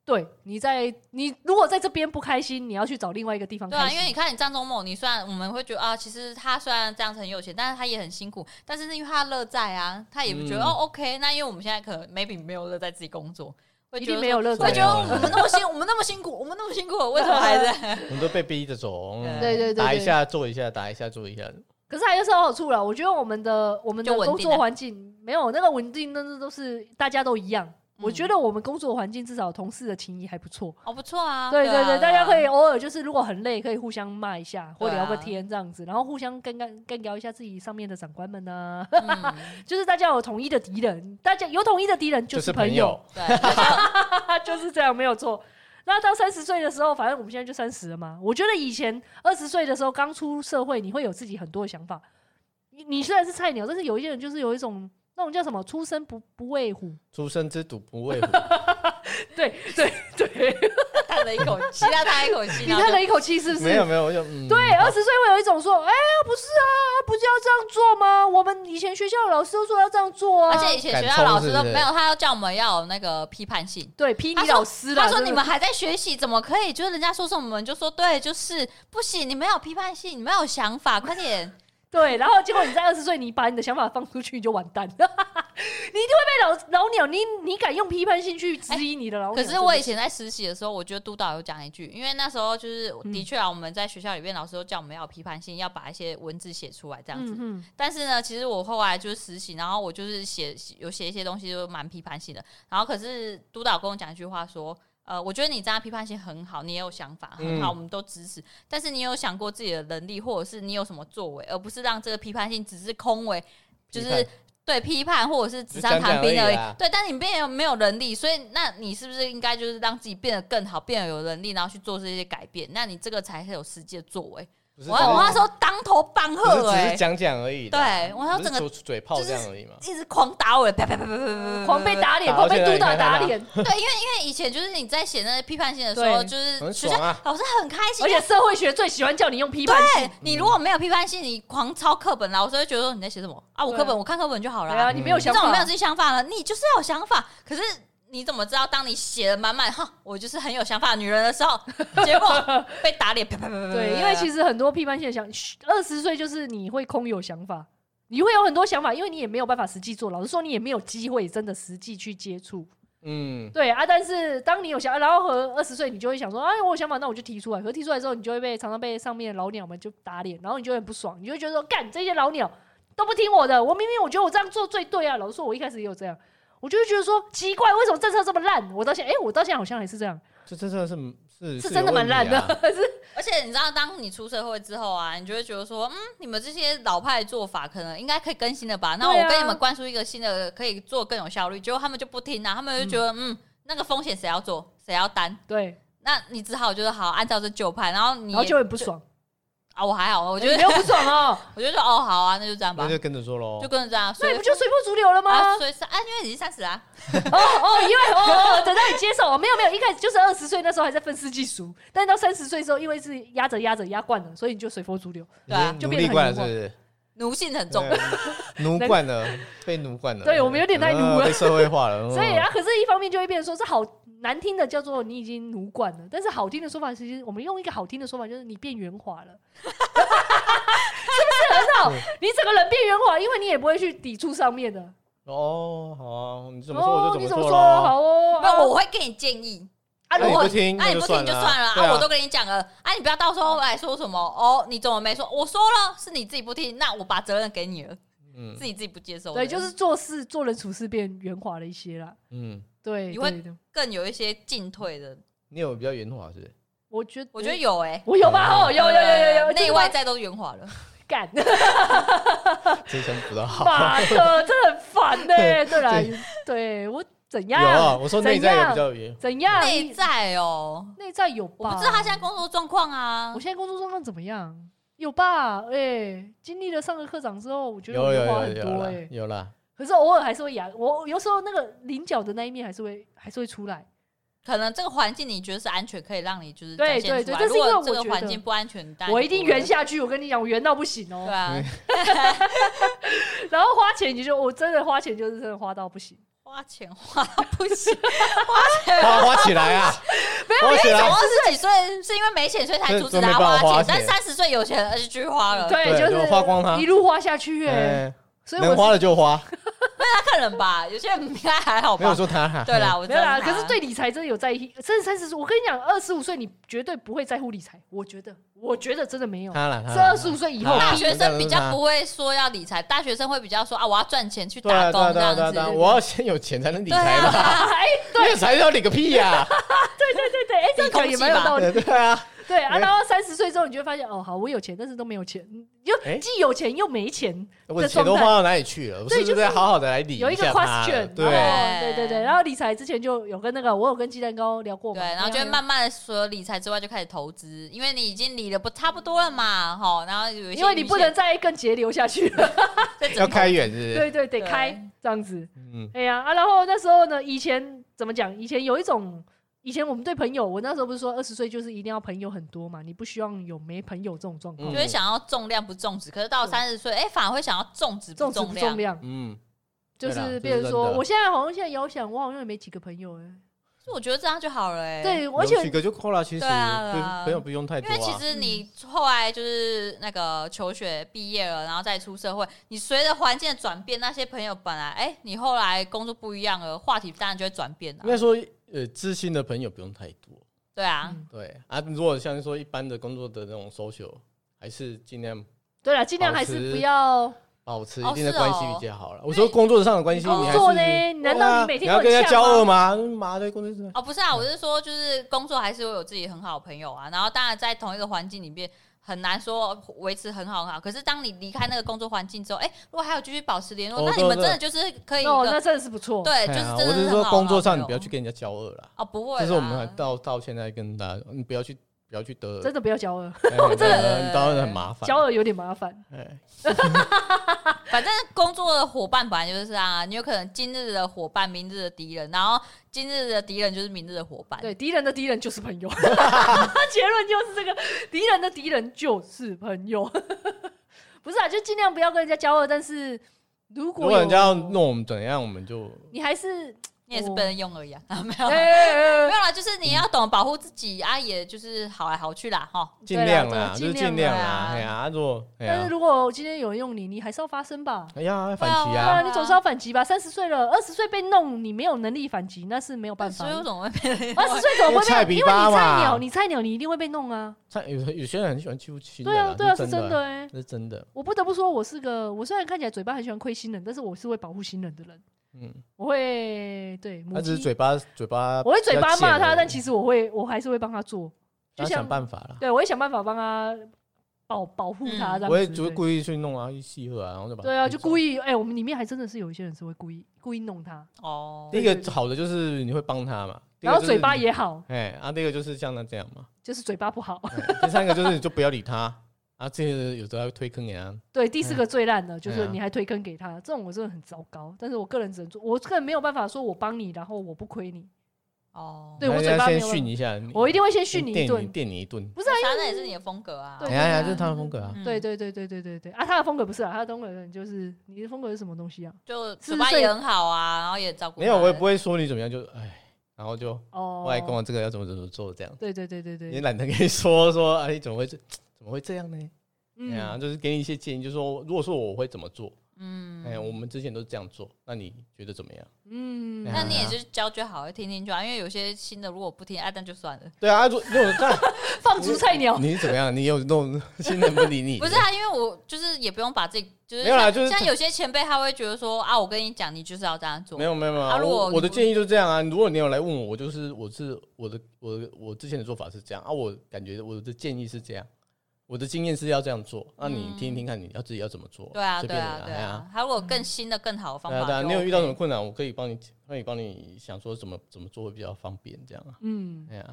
对，你在你如果在这边不开心，你要去找另外一个地方对开啊，心。因为你看你张忠谋，你虽然我们会觉得啊，其实他虽然这样子很有钱，但是他也很辛苦，但是因为他乐在啊，他也不觉得、嗯哦 OK，那因为我们现在可能 maybe 没有乐在自己工作，会一觉定得没说有乐对会在啊。觉得我们那么辛，我们那么辛苦，我们那么辛苦，为什么还 在？我们都被逼着走，嗯对对对打一对下做一下，打一下做一下，可是还是有好处了。我觉得我们的我们的就稳定工啊作环境没有那个稳定，那都是大家都一样。我觉得得我们工作环境至少同事的情谊还不错。哦不错啊，对啊对对，大家啊可以偶尔就是，如果很累，可以互相骂一下，或对聊个啊天这样子，然后互相干干干聊一下自己上面的长官们呐、嗯 就是大家有统一的敌人，大家有统一的敌人就是朋友，，对，有时候啊，就是这样，没有错。那到三十岁的时候，反正我们现在就三十了嘛。我觉得以前二十岁的时候刚出社会，你会有自己很多的想法。你你虽然是菜鸟，但是有一些人就是有一种那种叫什么“初生不不畏虎出生之犊不畏虎，”，对对对，叹了一口气，他叹一口气， 你然后叹就了一口气是 不是？没有没有，我就嗯，对，二十岁会有一种说：“哎呀，不是啊，不是要这样做吗？我们以前学校的老师都说要这样做啊。”而且以前学校老师都没有，他要叫我们要有那个批判性。对批他你说老师啦他说：“真的你们还在学习，怎么可以？就是人家说什么，我们就说对，就是不行。你们要有批判性，你们要有想法，快点！对，然后结果你在二十岁，你把你的想法放出去，你就完 蛋，你一定会被老老鸟，你你敢用批判性去质疑你的老鸟？哎可是我以真的前在实习的时候，我觉得督导有讲一句，因为那时候就是嗯的确啊，我们在学校里面，老师都叫我们要有批判性，要把一些文字写出来这样子。嗯嗯但是呢，其实我后来就是实习，然后我就是写有写一些东西，就蛮批判性的。然后可是督导跟我讲一句话说。”呃，我觉得你这样批判性很好，你也有想法，很嗯好，我们都支持。但是你有想过自己的能力，或者是你有什么作为，而不是让这个批判性只是空为，就批判是对批判或者是纸就上讲谈讲兵而而已已。啦对，但你并没有能力，所以那你是不是应该就是让自己变得更好，变得有能力，然后去做这些改变？那你这个才会有实际的作为。不是我我那只时候当头棒是喝、不是只欸，是讲讲而已啦，对，我要不整是个嘴嘴炮这样而已嘛，一直狂打我的，啪啪啪啪啪啪啪，狂被。打脸，呃打狂被而且督导你看他打打脸，因为以前就是你在写那些批判性的时候，对就是很学爽校啊，老师很开心而。且社会学最喜欢叫你用批判性对。啊你如果没有批判性，你狂抄课本，老师会觉得说你在写什么啊？我对啊课本我看课本就好了对啊，啊。嗯你没有你想怎么法，没有自己想法呢？你就是要有想法。可是你怎么知道，当你写的满满哈，我就是很有想法的女人的时候，结果被打脸，啪啪啪啪啪。啊对，因为其实实很多批判性的想，二十岁就是你会空有想法，你会有很多想法，因为你也没有办法实际做。老实说，你也没有机会真的实际去接触。嗯，对啊，但是当你有想，然后和二十岁，你就会想说，哎，我有想法，那我就提出来。可是提出来之后，你就会被常常被上面的老鸟们就打脸，然后你就会很不爽，你就会觉得说，干这些老鸟都不听我的，我明明我觉得我这样做最对啊。老实说，我一开始也有这样，我就会觉得说，奇怪，为什么政策这么烂？我到现在，哎，我到现在好像还是这样，这这真的是是是有真的问蛮题烂的啊， 而且你知道，当你出社会之后啊，你就会觉得说，嗯，你们这些老派的做法可能应该可以更新的吧？那对啊我跟你们灌输一个新的，可以做更有效率，结果他们就不听啊，他们就觉得，嗯那个风险谁要做，谁要担？对，那你只好就是好按照这旧派，然后你然后也就很不爽，啊，我还好，我我觉得没有不爽 哦，我就说哦，好啊，那就这样吧那，就跟着说喽就，跟着这样，所那以你不就随波逐流了吗啊，？所以是啊，因为你是三十啊，哦哦，因为哦哦，等到你接受，哦，没有没有，一开始就是二十岁那时候还在愤世嫉俗，但是到三十岁之后，因为是压着压着压惯了，所以你就随波逐流。对啊你就奴变隶得很惯了奴是不是？奴性很重。对啊 奴惯了，被奴惯了。对我们有点太奴了呃被社会化了。嗯所以啊，可是一方面就会变成说，这好难听的叫做你已经奴惯了，但是好听的说法，其实我们用一个好听的说法就是你变圆滑了， 是不是很好对？你整个人变圆滑，因为你也不会去抵触上面的。哦，好啊，你怎么说我哦，就你怎怎么么做说？咯。好哦，那啊我会给你建议，啊，那如你果不听，那你不听就算了对啊，我都跟你讲了啊，你不要到时候来说什么哦，你怎么没说？我说了，是你自己不听，那我把责任给你了，嗯是你自己不接受的。对，就是做事做人处事变圆滑了一些啦。嗯，对，你会对对更有一些进退的，你有比较圆滑是不是？我觉得我觉得有哎，我有吧？嗯哦，嗯有有有有有，内外在都圆滑了。干， 这一枪不到好。 妈的，这很烦呢。对啦对，对我怎有啊，样？我说内在有比怎样较圆，怎样？内在哦，内在有吧？我不知道他现在工作状况啊我，现在工作状况怎么样？有吧？哎、经历了上个课长之后，我觉得有我有变化有很有多啦哎、欸有啦，可是偶尔还是会痒，我有时候那个棱角的那一面还是会还是会出来。可能这个环境你觉得是安全，可以让你就是展对现对出对来这是如因为果我这个觉环得境不安全，当然我就一定不会圆。下去，我跟你讲，我圆到不行对哦、啊，然后花钱，你就我真的花钱就是真的花到不行。花钱花不行， 花花起来 啊，花起从来，啊二十几岁是因为没钱，所以才阻止他对没办法花花钱钱。但三十岁有 钱了，而且去花了。对，对就就是花光它一路花下去、哎、哎所以我能是花的就花，看人吧，有些人应该还好没有吧。说他啦，对啦，我没知有道啦，他可是对理财真的有在意，甚至三十岁，我跟你讲，二十五岁你绝对不会在乎理财，我觉得，我觉得真的没有，他啦，他是啦二十五岁以后他啦大学生比较不会说要理财，大学生会比较说啊，我要赚钱去对啊打对啊工对这啊样对啊对啊，子。我要先有钱才能理对财嘛，啊，没有财要理个屁呀！对对，哎、这样讲也蛮有 道理。对啊，对啊，然后三十岁之后，你就会发现，哦，好，我有钱，但是都没有钱， 嗯又哎既有钱又没钱，我的钱都花到哪里去了？我是对不是就是该好好的来理有一个下它 question，对，然后对对对，然后理财之前就有跟那个，我有跟鸡蛋糕聊过嘛，对，然后就会慢慢的除了理财之外就开始投资，因为你已经理的不差不多了嘛，吼，然后有一些因为你不能再更节流下去了，要开源是不是？ 对对，对得开这样子。嗯，哎呀啊，然后那时候呢，以前怎么讲？以前有一种，以前我们对朋友，我那时候不是说二十岁就是一定要朋友很多嘛，你不希望有没朋友这种状况，就会想要重量不重质，可是到嗯三十岁，哎，反而会想要重质重不质不量重。量，嗯，就对啦是这变是成真说，的我现在好像现在遥想，我好像也没几个朋友哎、所以我觉得这样就好了，哎，对，有而几且个就够了，其实对啊对啊不朋友不用太多因为其啊。实你后来就是那个求学毕业了，然后再出社会，你随着环境的转变，那些朋友本来哎、你后来工作不一样了，话题当然就会转变了应。该说，呃，知心的朋友不用太多。对啊，嗯对啊，如果像说一般的工作的那种 social，还是尽量对了，尽量还是不要保持哦一定的是关系哦比较好了。我说工作上的关系，你工还作是啊呢。难道你每天要都跟人家很交像恶吗？吗？嗯妈的，工作是哦不是啊，我是说就是工作还是会有自己很好的朋友啊，然后当然在同一个环境里面。很难说维持很好很好，可是当你离开那个工作环境之后，哎、如果还有继续保持联络，哦那对你们对真的就是可以一哦，那个真的是不错。对，哎就是呀真我的是很说好的工作上朋你友不要去跟人家交恶啦。嗯哦，不会啦，这是我们到到现在跟大家，你不要去不要去得，真的不要交 恶， 哎对真的对当然很麻烦。交恶有点麻烦。哎反正工作的伙伴本来就是这样啊，你有可能今日的伙伴，明日的敌人，然后今日的敌人就是明日的伙伴。对，敌人的敌人就是朋友， 结论就是这个，敌人的敌人就是朋友。 不是啊，就尽量不要跟人家交恶，但是如如果果有人家要弄我们怎样，我们就你还是你也是被人用 而已啊，啊没有哎啦没哎啊哎有啦，就是你要懂得保护自己啊，也就是好来好去啦哈。尽量对啦啊啦，对就是尽尽量量啦啦。哎呀，如果哎但是呀，如果今天有人用你，你还是要发声吧。哎呀，反对击对啊，啊！你总是要反击吧。三十岁了，二十岁被弄，你没有能力反击，那是没有办所法以的我。怎么会被人二十岁怎么会因为菜被？比因为巴你菜嘛鸟，你菜鸟，你一定会被弄啊！像有有些人很喜欢欺负新对人啊，对啊，这是是真的，哎。这是真的。我不得不说，我是个我虽然看起来嘴巴很喜欢亏新人，但是我是会保护新人的人。嗯，我会对母他只是鸡嘴巴嘴巴，我会嘴巴骂他，但其实实我会我还是会帮他做，就像想办法啦。对我会想办法帮他保保护他。嗯这样我也子只会对故意去弄啊，去戏喝啊，然后就把对啊，就故意。意哎、我们里面还真的是有一些人是会故意故意弄他，哦？第一个好的就是你会帮他嘛，第然二个就后是嘴巴你也好，哎啊，第二个就是像他这样嘛。就是嘴巴不好。哎 第三个就是你就不要理他啊，这些有时候还会推坑给他。对，第四个最烂的、就对是啊你还推坑给他，这种我真的很糟糕。但是我个人只能做，我个人没有办法说我帮你，然后我不亏你，哦，对那我人嘴家巴没有先办法训一下你，我一定会先先训你一电顿。电你一顿。不是啊，啥那也是你的风格啊。对哎呀呀，这是他的风格啊。嗯对对对对对对对啊！他的风格不是啊，他的风格就是你的风格是什么东西啊？就四嘴十巴岁也很好啊，然后也照顾没他。有，我也不会说你怎么样，就哎，然后就哦，我来跟我这个要怎么怎么做这样，对对对对对也，懒得跟你说说，哎，怎么会这怎么会这样呢？哎呀，嗯，就是给你一些建议，就是说，如果说我会怎么做，嗯哎呀，我们之前都是这样做，那你觉得怎么样？嗯，那哎呀你也就是教就好，听听就好，因为有些新的如果不听，哎，但就算了。对啊，如如果这样，放逐菜鸟，你是怎么样？你有那种新人不理你？ 不是啊，因为我就是也不用把自己就是没有啦像就是像有些前辈他会觉得说啊，我跟你讲，你就是要这样做没。有没有没有，啊如果我你我的不建议就是这样啊。如果你有来问我，我就是我是我的我的我之前的做法是这样啊，我感觉我的建议是这样，我的经验是要这样做。那、你嗯听一听看，你要自己要怎么做？对啊，随对便啊你，对哎呀啊。还有更新的、更好的方对啊法。对啊，就你有遇到什么 OK？困难，我可以帮你，可以帮你想说怎么怎么做会比较方便，这样啊。嗯，哎呀，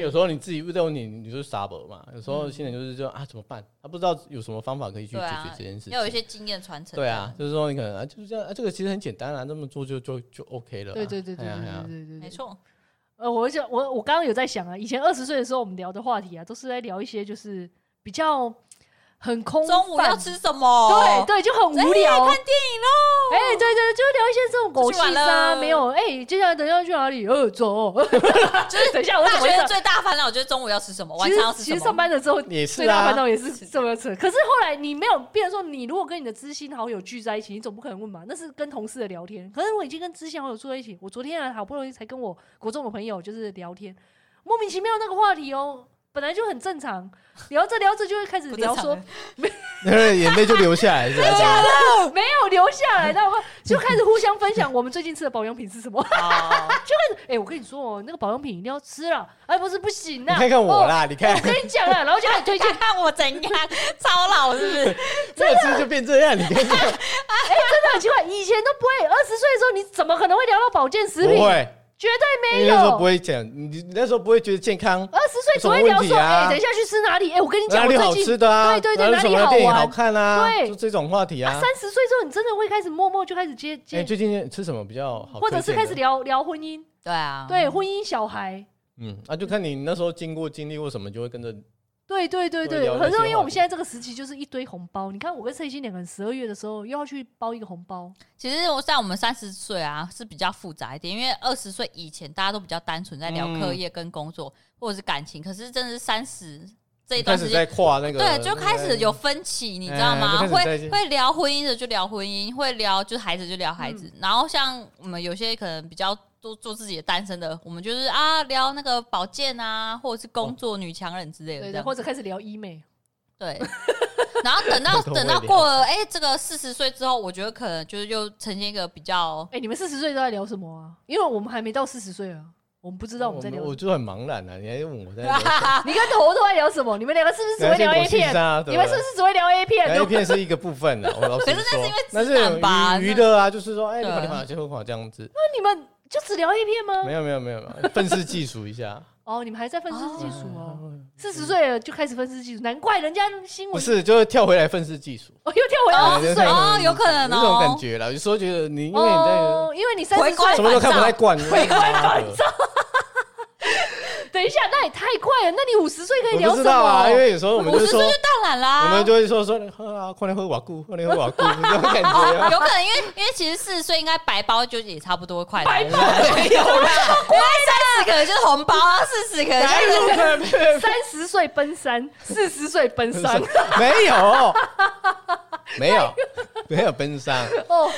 对，嗯有时候你自己遇到问题，你就是傻博嘛。有时候新人就是这样啊，怎么办？他不知道有什么方法可以去对解啊决这件事要有一情。些经验传承。对啊，，就是说你可能啊，就是这样啊，这个其实很简单啊，这么做就就就 OK 了啊。对对对对对哎呀哎呀对对对，没。错。呃，我就我我刚刚有在想啊，以前二十岁的时候，我们聊的话题啊，都是在聊一些就是比较很空泛，中午要吃什么？哎对对，就很无聊。看电影喽。哎、对对，就聊一些这种狗出去屁玩啊，了没有。哎、接下来等一下去哪里？呃，走。就是等一下，我怎 大学生么会这样最大烦恼我觉得中午要吃什么，晚其餐要实吃其什实么。上班了之后，也是最大啊烦，恼也是这么扯。可是后来你没有变成说，你如果跟你的知心好友聚在一起，你总不可能问嘛，那是跟同事的聊天。可是我已经跟知心好友坐在一起，我昨天啊好不容易才跟我国中的朋友就是聊天，莫名其妙那个话题哦，本来就很正常，聊着聊着就会开始不聊正常说欸眼泪就流下来，是吧？没有留下来，那我们就开始互相分享我们最近吃的保养品是什么。 哦，哎、我跟你说哦，那个保养品一定要吃了，哎，不是不行你呐、看看我哦啦，你看我跟你讲啊，然后就开始推荐看看我怎 样超老是不是？这次就变这样，你看 看真的很奇怪，以前都不会，二十岁的时候你怎么可能会聊到保健食不品？会，绝对你没那时候有不。会讲，你你那时候不会觉得健康，二十岁只会聊有什么问题说，哎、啊等一下去吃哪里？哎、我跟你哪讲，里我好最近吃的啊，对对对哪里什哪里么好电影玩好看啊，对就这种话题啊三。十岁之后，你真的会开始默默就开始接接，哎，最近吃什么比较好？或者是开始，聊聊婚姻，对啊，对婚姻小孩，嗯，啊，就看你那时候经过经历过什么，就会跟着对对对对对。聊那可些是因为话我们题现在这个时期就是一堆红包，你看我跟蔡欣两个人十二月的时候又要去包一个红包，其实我在我们三十岁啊是比较复杂一点，因为二十岁以前大家都比较单纯在聊嗯课业跟工作、或者是感情，可是真的是三十这一开段时始间在。跨那个，对，就开始有分歧，你知道吗？哎就开始会在会聊婚姻的就聊婚姻，会聊就是孩子就聊孩子。嗯然后像我们有些可能比较做做自己的单身的，我们就是啊聊那个保健啊，或者是工作女强人之类的对这对，样或者开始聊医美，对。然后 等到都会等聊到过了哎、这个四十岁之后，我觉得可能就是又呈现一个比较哎、你们四十岁都在聊什么啊？因为我们还没到四十岁啊，我们不知道我们在聊什哦我么。就很茫然啊，你还问 我在聊哈什么。哈哈你跟头都在聊什么？你们两个是不是只会聊 A 片？你们是不是只会聊 A 片？聊 A 片是一个部分啊的，我老实可是那是说因为，那直男吧是娱那娱乐啊，就是说，哎，你对把你把结婚垮这样 子，那你们就只聊 A 片吗没？有没有没有，没有愤世嫉俗一下，哦，你们还在愤世嫉俗哦。嗯四十岁了就开始愤世嫉俗，难怪人家新不闻是，就是跳回来愤世嫉俗，哦又跳回到二对十就跳岁回来哦愤世嫉俗有可能哦有这种感觉了。有时候觉得你因为你在哦，因为你三十回归岁什么都看不太惯，回归反等一下，那也太快了。那你五十岁可以我聊不什知道啊，因么？为有时候我们五就十是岁说就，当然啦，我们就会说说喝啊，快点喝瓦固，快点喝瓦固，这种感觉啊。有可能，因为因为其实四十岁应该白包就也差不多快白了，包没有啦，三十可能就是红包啊，四十可能哪就是有可能三十岁 奔三，四十岁奔三，没有，没有，没有奔丧哦，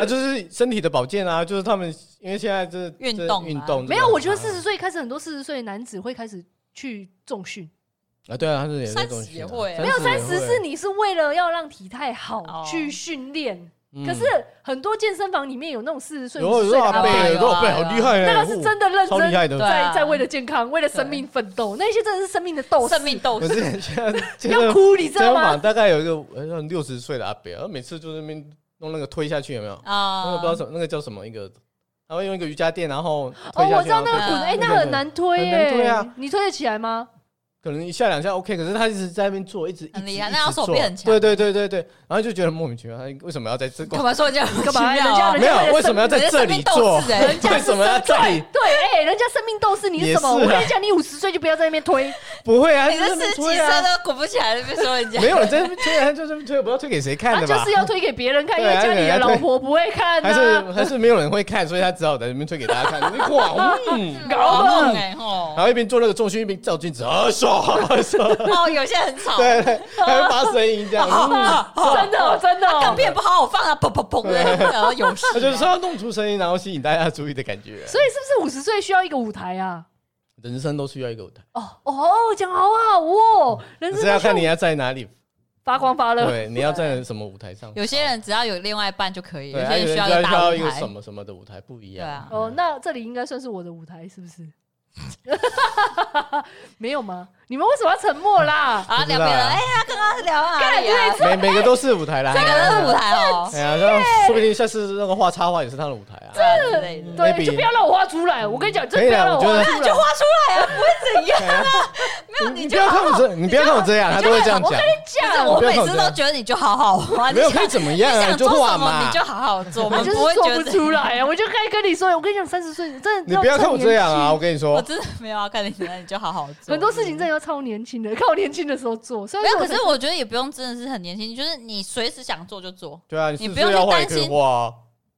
啊，就是身体的保健啊，就是他们因为现在这这运动啊运动没有。我觉得是四十岁开始，很多四十岁的男子会开始去重训。啊，对啊，他是也在30重训也啊会啊没有也三十会是你是为了要让体态好哦去训练，嗯可是很多健身房里面有那种四十岁、有五十有岁的阿阿贝尔，有伯有伯，啊阿贝好有啊厉害欸，那个是真的认超厉害真的对在啊在为了健康、为了生命奋斗，那些真的是生命的斗士生，命斗可士，是现在健要身哭你知健身道房吗？大概有一个好像六十岁的阿伯，他每次就在那边弄那个推下去，有没有？那个啊不知道什么，那个叫什么一个，他会用一个瑜伽垫，然后哦推，下我去，知道然后那个推滚，对哎，对那对很对难推很难推耶啊，你推得起来吗？可能一下两下 OK，可是他一直在那边做，一直很厉一直害一直那他手臂做很强对对对对对，然后就觉得莫名其妙，他为什么要在这？干嘛说人家干嘛很奇妙啊人没家有，为什么要在这里做？人家是为什生命斗士欸人么要在里？对，哎，人家生命斗士，你是什么？也我是啊跟你讲，你五十岁就不要在那边推，不会啊，你就的在那边十几推岁啊，都鼓不起来，那边说人家没有人在那边推啊，他就在那边推，我不知道推给谁看他的啊就吧是？要推给别人看，因为对啊家里人家的推老婆不会看还是啊。还是没有人会看，所以他只好在那边推给大家看。哇，嗯，搞弄哎吼然，后一边做那个重训，一边照镜子，啊，爽啊爽，哦，有些很吵，哦对，对还会发声音这样。嗯真的哦，真的哦，钢片不好好放啊，砰砰砰的，然后有事他就是啊，要弄出声音，然后吸引大家注意的感觉。所以是不是五十岁需要一个舞台啊？人生都需要一个舞台，哦哦，讲好好哦，人只生是要都看是你要在哪里，发光发热。对，你要在什么舞台上。有些人只要有另外一半就可以，有对，些还人有需人就要一个需要大一舞个台什。么什么的舞台不一对啊样。哦，那这里应该算是我的舞台，是不是？ 没有吗？你们为什么要沉默啦？啊，不知两道啊边人，哎呀，刚刚是聊到哪里啊？每每个都是舞台啦，这个都是舞。台哦，哎呀，那说不定下次那个画插画也是他的舞台啊。之类的。对， maybe 嗯就不要让我画出来。我跟你讲，真可以的不要啦，让我我觉得那画出来。就画出来啊，不会怎样。没有，你不要看我这，你不要看我这样，他都会这样我跟讲。你讲，我不要每看我次这都样觉得你就好好玩，没有你想可以怎么样啊你想做就画什么嘛你就好好做，我我们就是不会做觉不得。出来啊！我就该跟你说，我跟你讲，三十岁真的你不要看我这样啊！趁我年轻！跟你我说，真的没有要看你怎样，你就好好做。很多事情真的要超年轻嗯的，看我年轻的时候做。虽没然有，说可我是我觉得也不用真的是很年轻，就是你随时想做就做，对啊，你你不用要画也去可担以心画啊，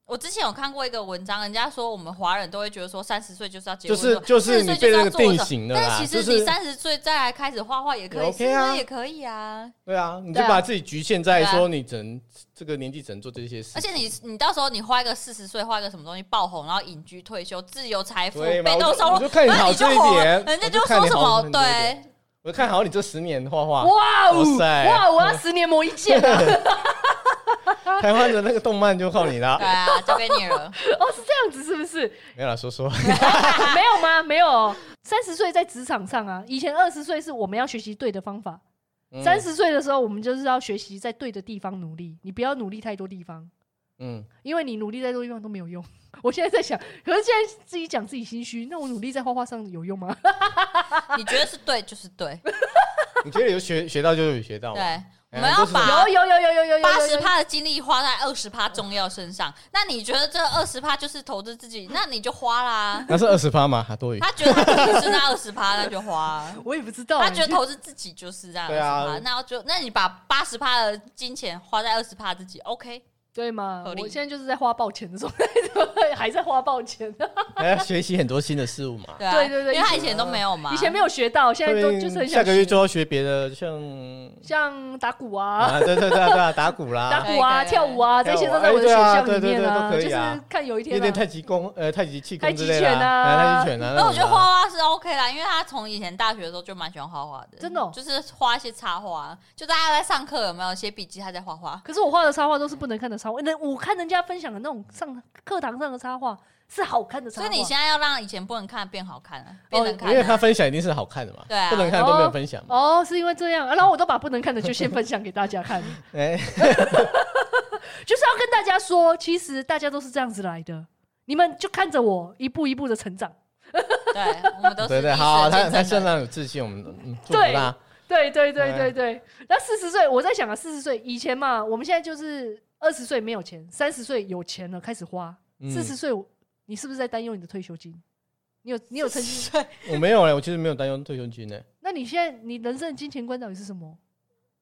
我之前有看过一个文章，人家说我们华人都会觉得说三十岁就是要结就婚，是就是40你岁被是那要个做什定么型了啦，但其就实你是三十岁再来开始画画也可以，也是不 OK 啊是也可以啊？对啊，你就对啊把自己局限在对啊说你只能这个年纪只能做这些事而，且你你到时候你画一个四十岁画一个什么东西爆红，然后隐居退休，自由财富，对嘛？被我动就收我入，就看你然后好 你就这一红了点，人家我就看说你什好么这一点，对。我就看好你这十年画画，哇哦哇塞哇！我要十年磨一 剑啊！台湾的那个动漫就靠你对啦。啊，交给你了。哦，是这样子是不是？没有啦，说 说，啊没有吗？没有。三十岁在职场上啊，以前二十岁是我们要学习对的方法，嗯三十岁的时候我们就是要学习在对的地方努力，你不要努力太多地方，嗯，因为你努力再多地方都没有用。 我现在在想，可是现在自己讲自己心虚，那我努力在画画上有用 吗？你觉得是对就是 对，嗯你觉得有学学到就有学到嘛，对，我哎们要都是把哦有有有有有有有八有十有趴的精力花在二十趴重要身上，那你觉得这二十趴就是投资自己，那你就花啦。那是二十趴嘛，还 多余。他觉得他自己是那二十趴，那就花。我也不知道、他欸，觉得投资自己就是这样二对十啊趴，那就那你把八十趴的金钱花在二十趴自己，OK？对吗？合理我现在就是在花爆钱的 状态，还在花爆钱，还要学习很多新的事物 嘛。对啊，对对对因为他以前都没有嘛，以前没有学到，现在都就是很想下个月学就要学别的， 像像打鼓啊啊，对对对对啊，打鼓 打啦，鼓啊、可以可以跳舞啊，这些都在我的选项哎对啊里面啊。对对对都可以啊就是看有一天、练啊，练太极功，呃，太极气功之太类极的拳啊，啊哎太极拳啊。那我觉得种啊画画是 OK 啦，因为他从以前大学的时候就蛮喜欢画画的，真的哦就是画一些插画，啊就大家在上课有没有写笔记，他在画画。可是我画的插画都是不能看的插画，那我看人家分享的那种上课堂上的插画是好看的插所画。哦以你现在要让以前不能看变好看啊，变能看、哦因为他啊。分享一定是好看的嘛，对啊不能看都没有分享嘛。哦，是因为这样、啊然后我都把不能看的就先分享给大家看，哎，就是要跟大家说，其实大家都是这样子来的，你们就看着我一步一步的成长。对，我们都是对对，历史好，他见他证相人当有自信，我们嗯祝福对啦。对对对对对对。那四十岁，我在想啊，四十岁以前嘛，我们现在就是二十岁没有钱，三十岁有钱了开始花，嗯四十岁我你是不是在担忧你的退休金？你有你有曾经？我没有嘞，我其实没有担忧退休金呢。那你现在你人生的金钱观到底是什么？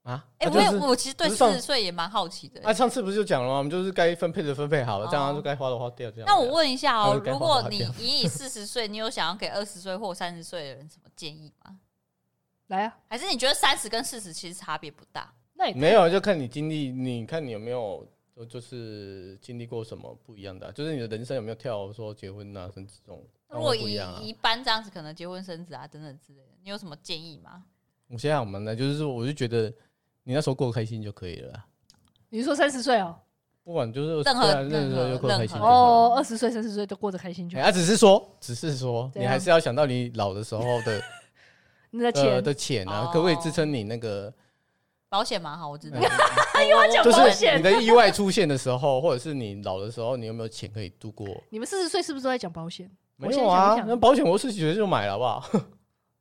啊，哎、他我就也是我其实对不是上四十岁也蛮好奇的、啊，上次不是就讲了吗？我们就是该分配的分配好了，这样哦就该花的花掉，这样。那我问一下哦、那就该如画画果你掉以你四十岁，你有想要给二十岁或三十岁的人什么建议吗？来啊，还是你觉得三十跟四十其实差别不大？那也没有，就看你经历，你看你有没有，就就是经历过什么不一样的啊、就是你的人生有没有跳说结婚啊，甚至这种，如果当然不一以样啊。一般这样子，可能结婚生子啊等等之类的，你有什么建议吗？我现在我们呢，就是说，我就觉得你那时候过得开心就可以了啦，你是说三十岁哦，不管就是任何对啊任何任何就过得开心就任何好了。哦，二十岁、三十岁都过得开心就哎好。啊，只是说，只是说，怎你样还是要想到你老的时候的你的呃钱，的钱啊哦，可不可以支撑你那个？保险蛮好，我知道。哎 因为讲就保是险你的意外出现的时候，或者是你老的时候，你有没有钱可以度过？你们四十岁是不是都在讲保险我没先有啊想一，想那保险我十几岁就买了，好不好？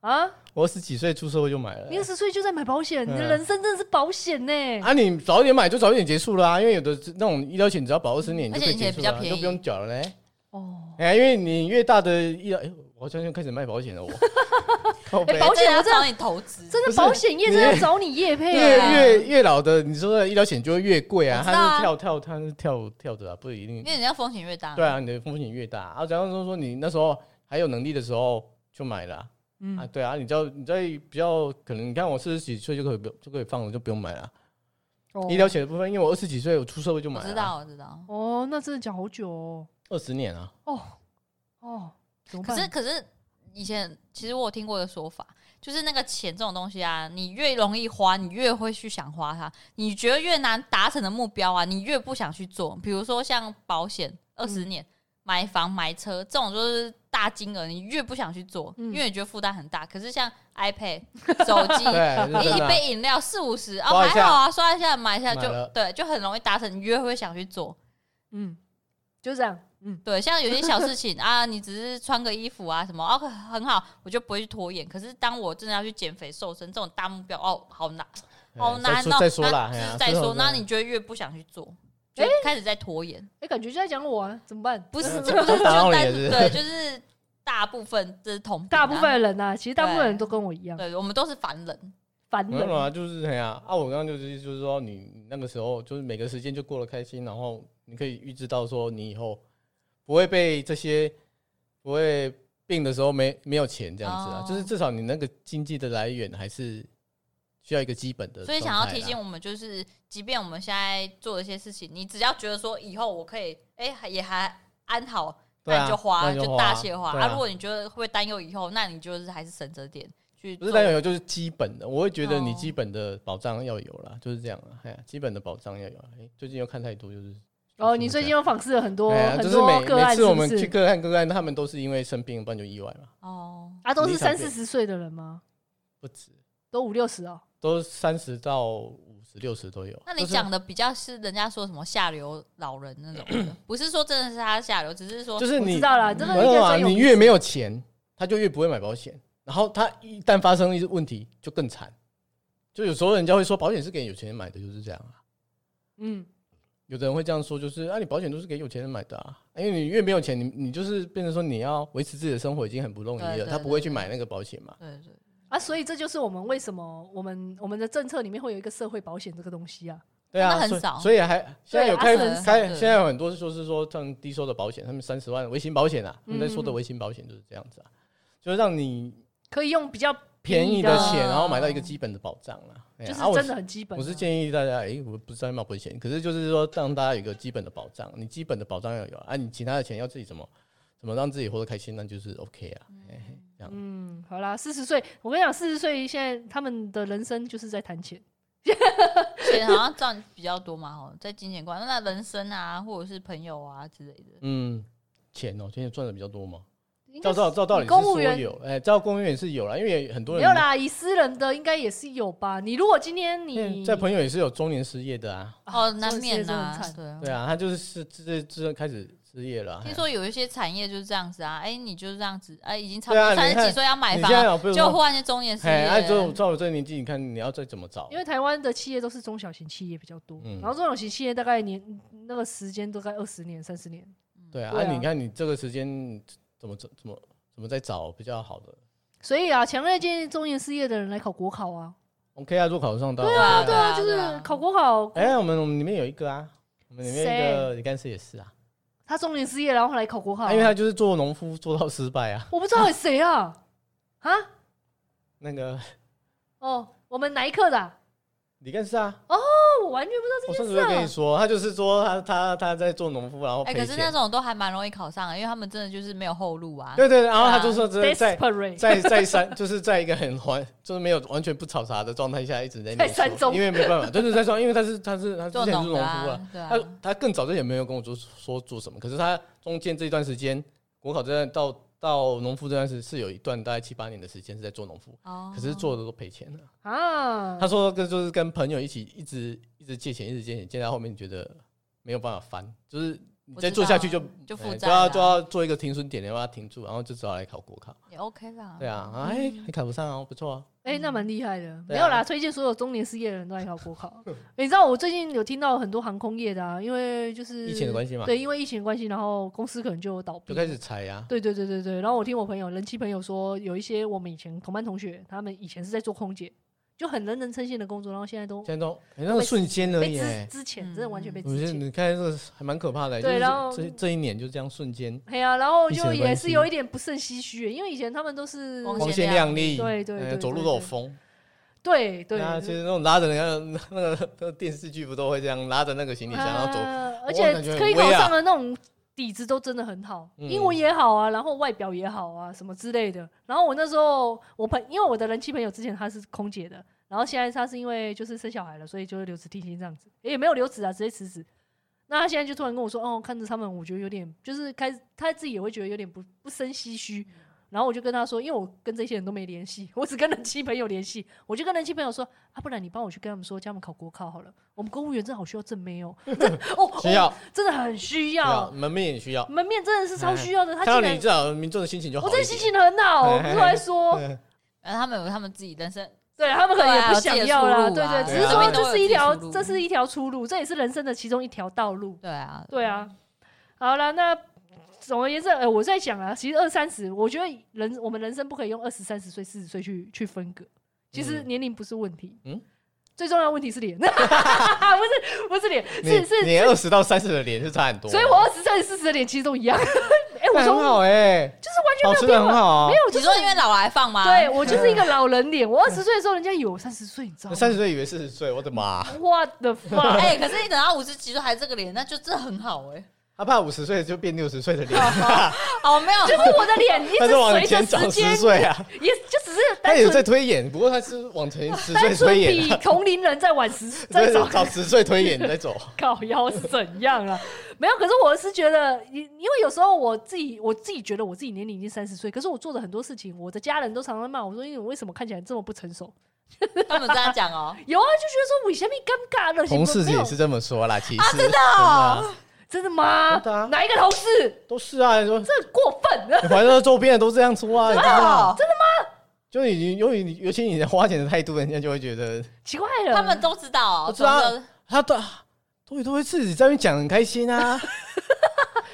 啊？我十几岁出社会就买了、你二十岁就在买保险，你的嗯人生真的是保险呢。啊，你早一点买就早一点结束啦、因为有的那种医疗险只要保二十年你就可以结束了，而且以前比较便宜你就不用缴了嘞。哦，哎、因为你越大的医疗，哎、我好像又开始卖保险了，我 靠背哎保险要我真的找你投资，真不的是保险业真的要找你业配越啊。啊越越老的，你说的医疗险就会越贵啊，我知道啊嗯它是跳跳，它是跳跳着啊，不一定因。为人家风险越大。对啊，你的风险越大啊。假如说说你那时候还有能力的时候就买了啊，嗯啊，对啊，你知道你在比较可能，你看我四十几岁就可以不就可以放了，就不用买了。啊哦医疗险的部分，因为我二十几岁我出社会就买我了啊，知道，我知道。哦，那真的讲好久哦。二十年啊，哦哦，怎么可办？是可是以前其实我有听过一个说法，就是那个钱这种东西啊，你越容易花，你越会去想花它；你觉得越难达成的目标啊，你越不想去做。比如说像保险二十年、买房、买车这种就是大金额，你越不想去做，嗯因为你觉得负担很大。可是像 iPad、手机。对，你是真一的啊杯饮料四五十，哦，刷还一下好啊，刷一下买一下买就了对，就很容易达成，你越会想去做。嗯，就这样。嗯，对，像有些小 事情啊，你只是穿个衣服啊什么，哦，很好，我就不会去拖延。可是当我真的要去减肥瘦身这种大目标，哦，好难，好哎难再哦说。再说啦，哎那就呀是再说，那。之你后就会越不想去做，就开始在拖延。哎，感觉就在讲我啊，怎么办？不是，嗯这不是打扰就你代了是不对，就是大部分这是同频啊大部分的人呐，其实大部分人都跟我一样，对，我们都是凡人。烦没有人。啊，就是哎呀啊，我刚刚就是就是说你你那个时候就是每个时间就过得开心，然后你可以预知到说你以后不会被这些不会病的时候没没有钱这样子啊，哦就是至少你那个经济的来源还是需要一个基本的状态所啦。以想要提醒我们，就是即便我们现在做的一些事情，你只要觉得说以后我可以，哎、还也还安好，对啊那你就花，那你就花大卸花。对啊如果你觉得会担忧以后，那你就是还是省着点去不做。是单有就是基本的，我会觉得你哦基本的保障要有啦，就是这样啊，哎呀，基本的保障要有啊。哎，最近又看太多，就是哦，你最近又访视了很多哎呀很就是多每个案，每是次我不们去是？个案个案，他们都是因为生病，不然就意外嘛，哦，啊，都是离场三费四十岁的人吗？不止，都五六十哦。都三十到五十六十都有。那你就是讲的比较是人家说什么下流老人那种的，不是说真的是他下流，只是说就是我你知道了，这个没有应该啊，算有你名越字没有钱，他就越不会买保险，然后他一旦发生一些问题就更惨。就有时候人家会说保险是给有钱人买的，就是这样啊。嗯，有的人会这样说，就是啊，你保险都是给有钱人买的啊，因为你越没有钱，你你就是变成说你要维持自己的生活已经很不容易对了，对他不会对去对买那个保险嘛。对对啊，所以这就是我们为什么我们我们的政策里面会有一个社会保险这个东西啊。对啊，那很所以少所以还现在有开它是很少开，对现在有很多就是说像低收的保险，他们三十万微型保险啊，他们在说的嗯微型保险就是这样子啊，就是让你可以用比较便宜的钱，嗯然后买到一个基本的保障啦。哎就呀是啊我真的很基本、啊我是建议大家，诶，我不是在卖保险，可是就是说让大家有一个基本的保障，你基本的保障要有啊，你其他的钱要自己怎么怎么让自己活得开心，那就是 OK 啊，哎这样。嗯，好啦，四十岁，我跟你讲，四十岁现在他们的人生就是在谈钱。对，钱好像赚比较多嘛，哦，在金钱观，那人生啊，或者是朋友啊之类的，嗯，钱哦、钱也赚的比较多嘛。应该照是照照道理你是公务说员有，哎、照公务员也是有啦，因为也很多没人有啦，以私人的应该也是有吧。你如果今天嗯你在朋友也是有中年失业的啊，啊哦，难免真的呐是很惨，对啊对啊，他就是是这这开始失业了啊。听哎说有一些产业就是这样子啊，哎、你就是这样子，哎、已经差不对啊多你三看十几岁要买你房现在了，有不是就说忽然间中年失哎，业，哎，就照我这个年纪，你看你要再怎么找因，为台湾的企业都是中小型企业比较多，嗯然后中小型企业大概年那个时间都在二十年、三十年。对啊，对啊啊你看你这个时间怎么怎怎么怎么再找比较好的所以啊，强烈建议中年失业的人来考国考啊。 ？OK 啊，如果考上到，对啊对啊，就对啊是考国考，哎、我们我们里面有一个啊，我们里面一个李干事也是啊，他中年失业，然后来考国哦考啊、啊因为他就是做农夫做到失败啊，我不知道有谁啊啊那个哦，我们哪一课的啊、李干事啊，哦，我完全不知我道上次这件事、就啊。跟你说，他就是说他他他在做农夫，然后哦哎、赔可钱，是那种都还蛮容易考上的，因为他们真的就是没有后路啊。对对，对然后他就说真的在。 Desperate，在在山， 就是在一个很完，就是没有完全不炒茶的状态下，一直在在念山书，中因为没办法，就是在山，因为他是他是他之做前是农农夫啊，的啊，对啊他，他更早之前没有跟我说说做什么，可是他中间这一段时间，国考这段到到农夫这段是是有一段大概七八年的时间是在做农夫，哦可是做的都赔钱了。啊他，说跟就是跟朋友一起一直一直借钱，一直借钱，借到后面觉得没有办法翻，就是你再做下去就我知道就负哎债就了啊要就要做一个停损点，要把它停住，然后就只好来考国考。也 OK 啦。对啊，嗯哎、还考不上哦，不错啊。哎、那蛮厉害的。没对啊有啦，推荐所有中年失业的人都来考国 考。你知道我最近有听到很多航空业的啊，因为就是疫情的关系嘛对，因为疫情的关系，然后公司可能就倒闭就。开始啊裁呀、对对对对对，然后我听我朋友人妻朋友说，有一些我们以前同班同学，他们以前是在做空姐，就很人人称羡的工作，然后现在都现在都、哎那个瞬间而被已、之哎之前真的完全被我觉之得前。你看这个还蛮可怕的、对然后就是这这一年就这样瞬间哎呀、然后疫情就的也关是系有一点不胜唏嘘，因为以前他们都是光光鲜鲜亮亮丽，对对哎对走路对都有对风。对对，对啊，其对实那种拉着人家那个那个电视剧不都会这样拉着那个行李箱，然后走呃而我且感觉很可以威考啊上的那种底子都真的很好，嗯英文也好啊，然后外表也好啊，什么之类的。然后我那时候我朋，因为我的人气朋友之前她是空姐的，然后现在她是因为就是生小孩了，所以就是留职停薪这样子，也没有留职啊，直接辞职。那她现在就突然跟我说，哦，看着他们，我觉得有点，就是开始她自己也会觉得有点不不生唏嘘。然后我就跟她说，因为我跟这些人都没联系，我只跟人气朋友联系，我就跟人气朋友说，啊，不然你帮我去跟他们说，叫他们考国考好了。我们公务员真的好需要正妹哦，真的哦， 需要哦真的很需对啊要，门面也需要。哎门面真的是超需要的。他看到竟你然，至少民众的心情就哎好我一真点。的 心情哦很好，我不是来说，嗯然后他们有他们自己人生，对他们可能也不想要啦，对对啊对，自有只己是的出路啊说这是一条，对啊对啊这是一条出路，这也是人生的其中一条道路。对啊，对啊，好了，那总而言之，呃，我在想啊，其实二三十，我觉得人我们人生不可以用二十三十岁、四十岁去去分割，其实嗯年龄不是问题。嗯最重要的问题是脸，不 是不是脸，是你是你二十到三十的脸是差很多，所以我二十三、四十的脸其实都一样。 哎、我那很从好哎，就是完全保没有持的变很化，好啊没。有，你就是说因为老啊来放吗？对，我就是一个老人脸。我二十岁的时候，人家有三十岁，你 知道吗？哎三十岁以为四十岁，我的妈！ What the fuck？哎、可是你等到五十几岁还这个脸，那就真的很好哎、他啊怕五十岁就变六十岁的 脸，哦，没 有，就是我的脸一他直是往随前着长时十间，岁啊，也就只是他单也在纯推演，不过他是往前十岁单纯推演比 啊，同龄人再晚 十对再早找十岁推演再走。搞腰是怎样啊？没有，可是我是觉得，因因为有时候我自己我自己觉得我自己年龄已经三十岁，可是我做的很多事情，我的家人都常常骂我说，因为我为什么看起来这么不成熟？他们这样讲哦。有啊，就觉得说我下面尴尬 了，同事没有也是这么说啦，其实真的哦啊真的吗？真的啊哪一个同事？都是啊，你说这很过分了。你环绕周边的都这样说啊，你知道吗？真的，就你你由于你尤其你的花钱的态度，人家就会觉得 奇怪了，他们都知道、哦，我知道懂得他都啊都会都会自己在那边讲很开心 啊，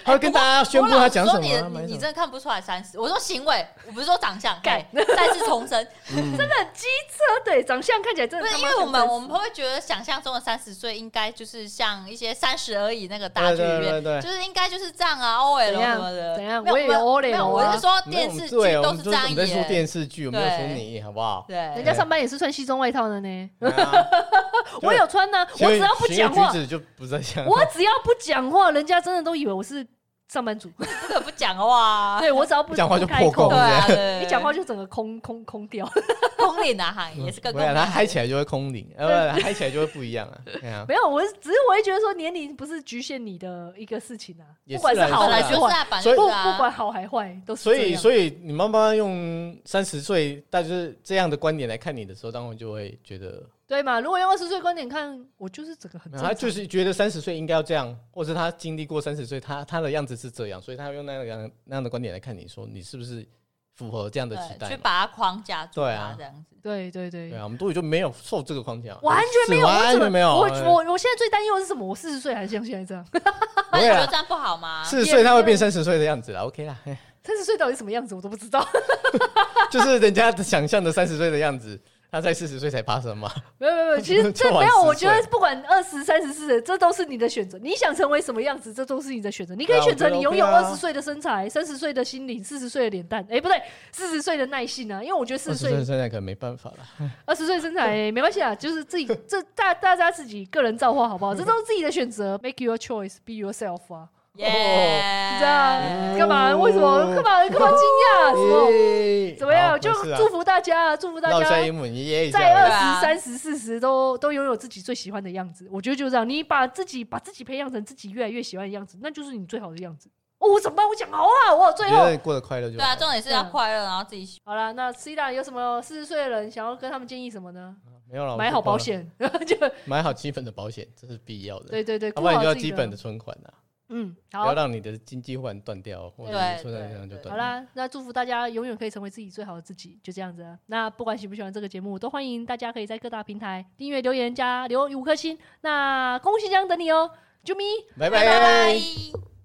他会跟大家宣布他讲什么啊，我老实说买什你你么真的看不出来三十。我说行为，我不是说长相。干对再次重 申，真的很机车，对，长相看起来真不的是他因妈为像我们30我们会觉得想象中的三十岁应该就是像一些三十而已那个大对剧对院，对对，就是应该就是这样啊，OL 怎样什么的。怎样没我也有没 OL 没有，啊我是说没有电视剧对我都们是这样啊我们在说演。电视剧，我们没有说你好不 好？人对，家上班也是穿西装外套的呢，对啊我有穿呢、我行为只要不讲话行为，举止就不在 讲。我只要不讲话，人家真的都以为我是上 班族。不可不讲话。啊对我只要不不讲话就不开破功口 对，啊，对一讲话就整个空空空掉。 空领啊，哈，也是 个不空会啊，领。他嗨起来就会空灵，呃，不嗨起来就会不一样 啊。对啊，没有，我是只是我会觉得说年龄不是局限你的一个事情啊，也不是管是啦好也本来就还是是坏，啊，本来不就是啊不管好还坏都是所这以样所以你妈妈用三十岁，但就是这样的观点来看你的时候，当然就会觉得，对嘛？如果用二十岁观点看，我就是整个很正他常，就是觉得三十岁应该要这样，或者他经历过三十岁，他他的样子是这样，所以他用那样那样的观点来看你说你是不是符合这样的期对，待去嘛？把它框架住对啊这样子。对对对对啊，我们都宇就没有受这个框架，完全没有，是我完怎么全没有。我哎我我现在最担忧的是什么？我四十岁还是像现在这样？ 那你对觉啊得这样不好吗？四十岁他会变三十岁的样子啦，OK 啦，嘿三十岁到底什么样子我都不知道。就是人家想象的三十岁的样子，他在四十岁才发生嘛。没有没有没有，其实 这就晚没有， 10我觉得岁不管二十三十四，这都是你的选择。你想成为什么样子，这都是你的选择。你可对以啊选择我觉得你拥有 OK 啊二十岁的身材、三十岁的心灵、四十岁的脸蛋，哎，不对，四十岁的耐性啊。因为我觉得四二十十岁岁、现在可能没办法了。二十岁身材哎没关系啊，就是自己这大大家自己个人造化，好不好？这都是自己的选择，make your choice, be yourself 啊。耶，这哎样干嘛？为什么？干嘛？干嘛惊讶？啊什么？耶怎么样？哎好就没事啊祝福大家，啊祝福大绕一下家。英文，耶一下在而二已。十三十四十都都拥有自己最喜欢的样子，我觉得就是这样。你把自己把自己培养成自己越来越喜欢的样子，那就是你最好的样子。哦，我怎么办？我讲好啊，我最觉后得过得快乐就对啊，好。重点是要快乐，然后自己喜好了。那 C 大有什么四十岁的人想要跟他们建议什么呢？没有了，买好保，险， 就买好基本的保险，这是必要的。对对对，要顾不然好你就要自己基本的，存款啊，嗯，不要好。让你的经济忽然断掉，或者对突然这样就对断好了。啦，那祝福大家永远可以成为自己最好的自己，就这样子啊。那不管喜不喜欢这个节目，都欢迎大家可以在各大平台订阅、留言加留五颗星。那恭喜江等你哦，啾咪。拜拜拜。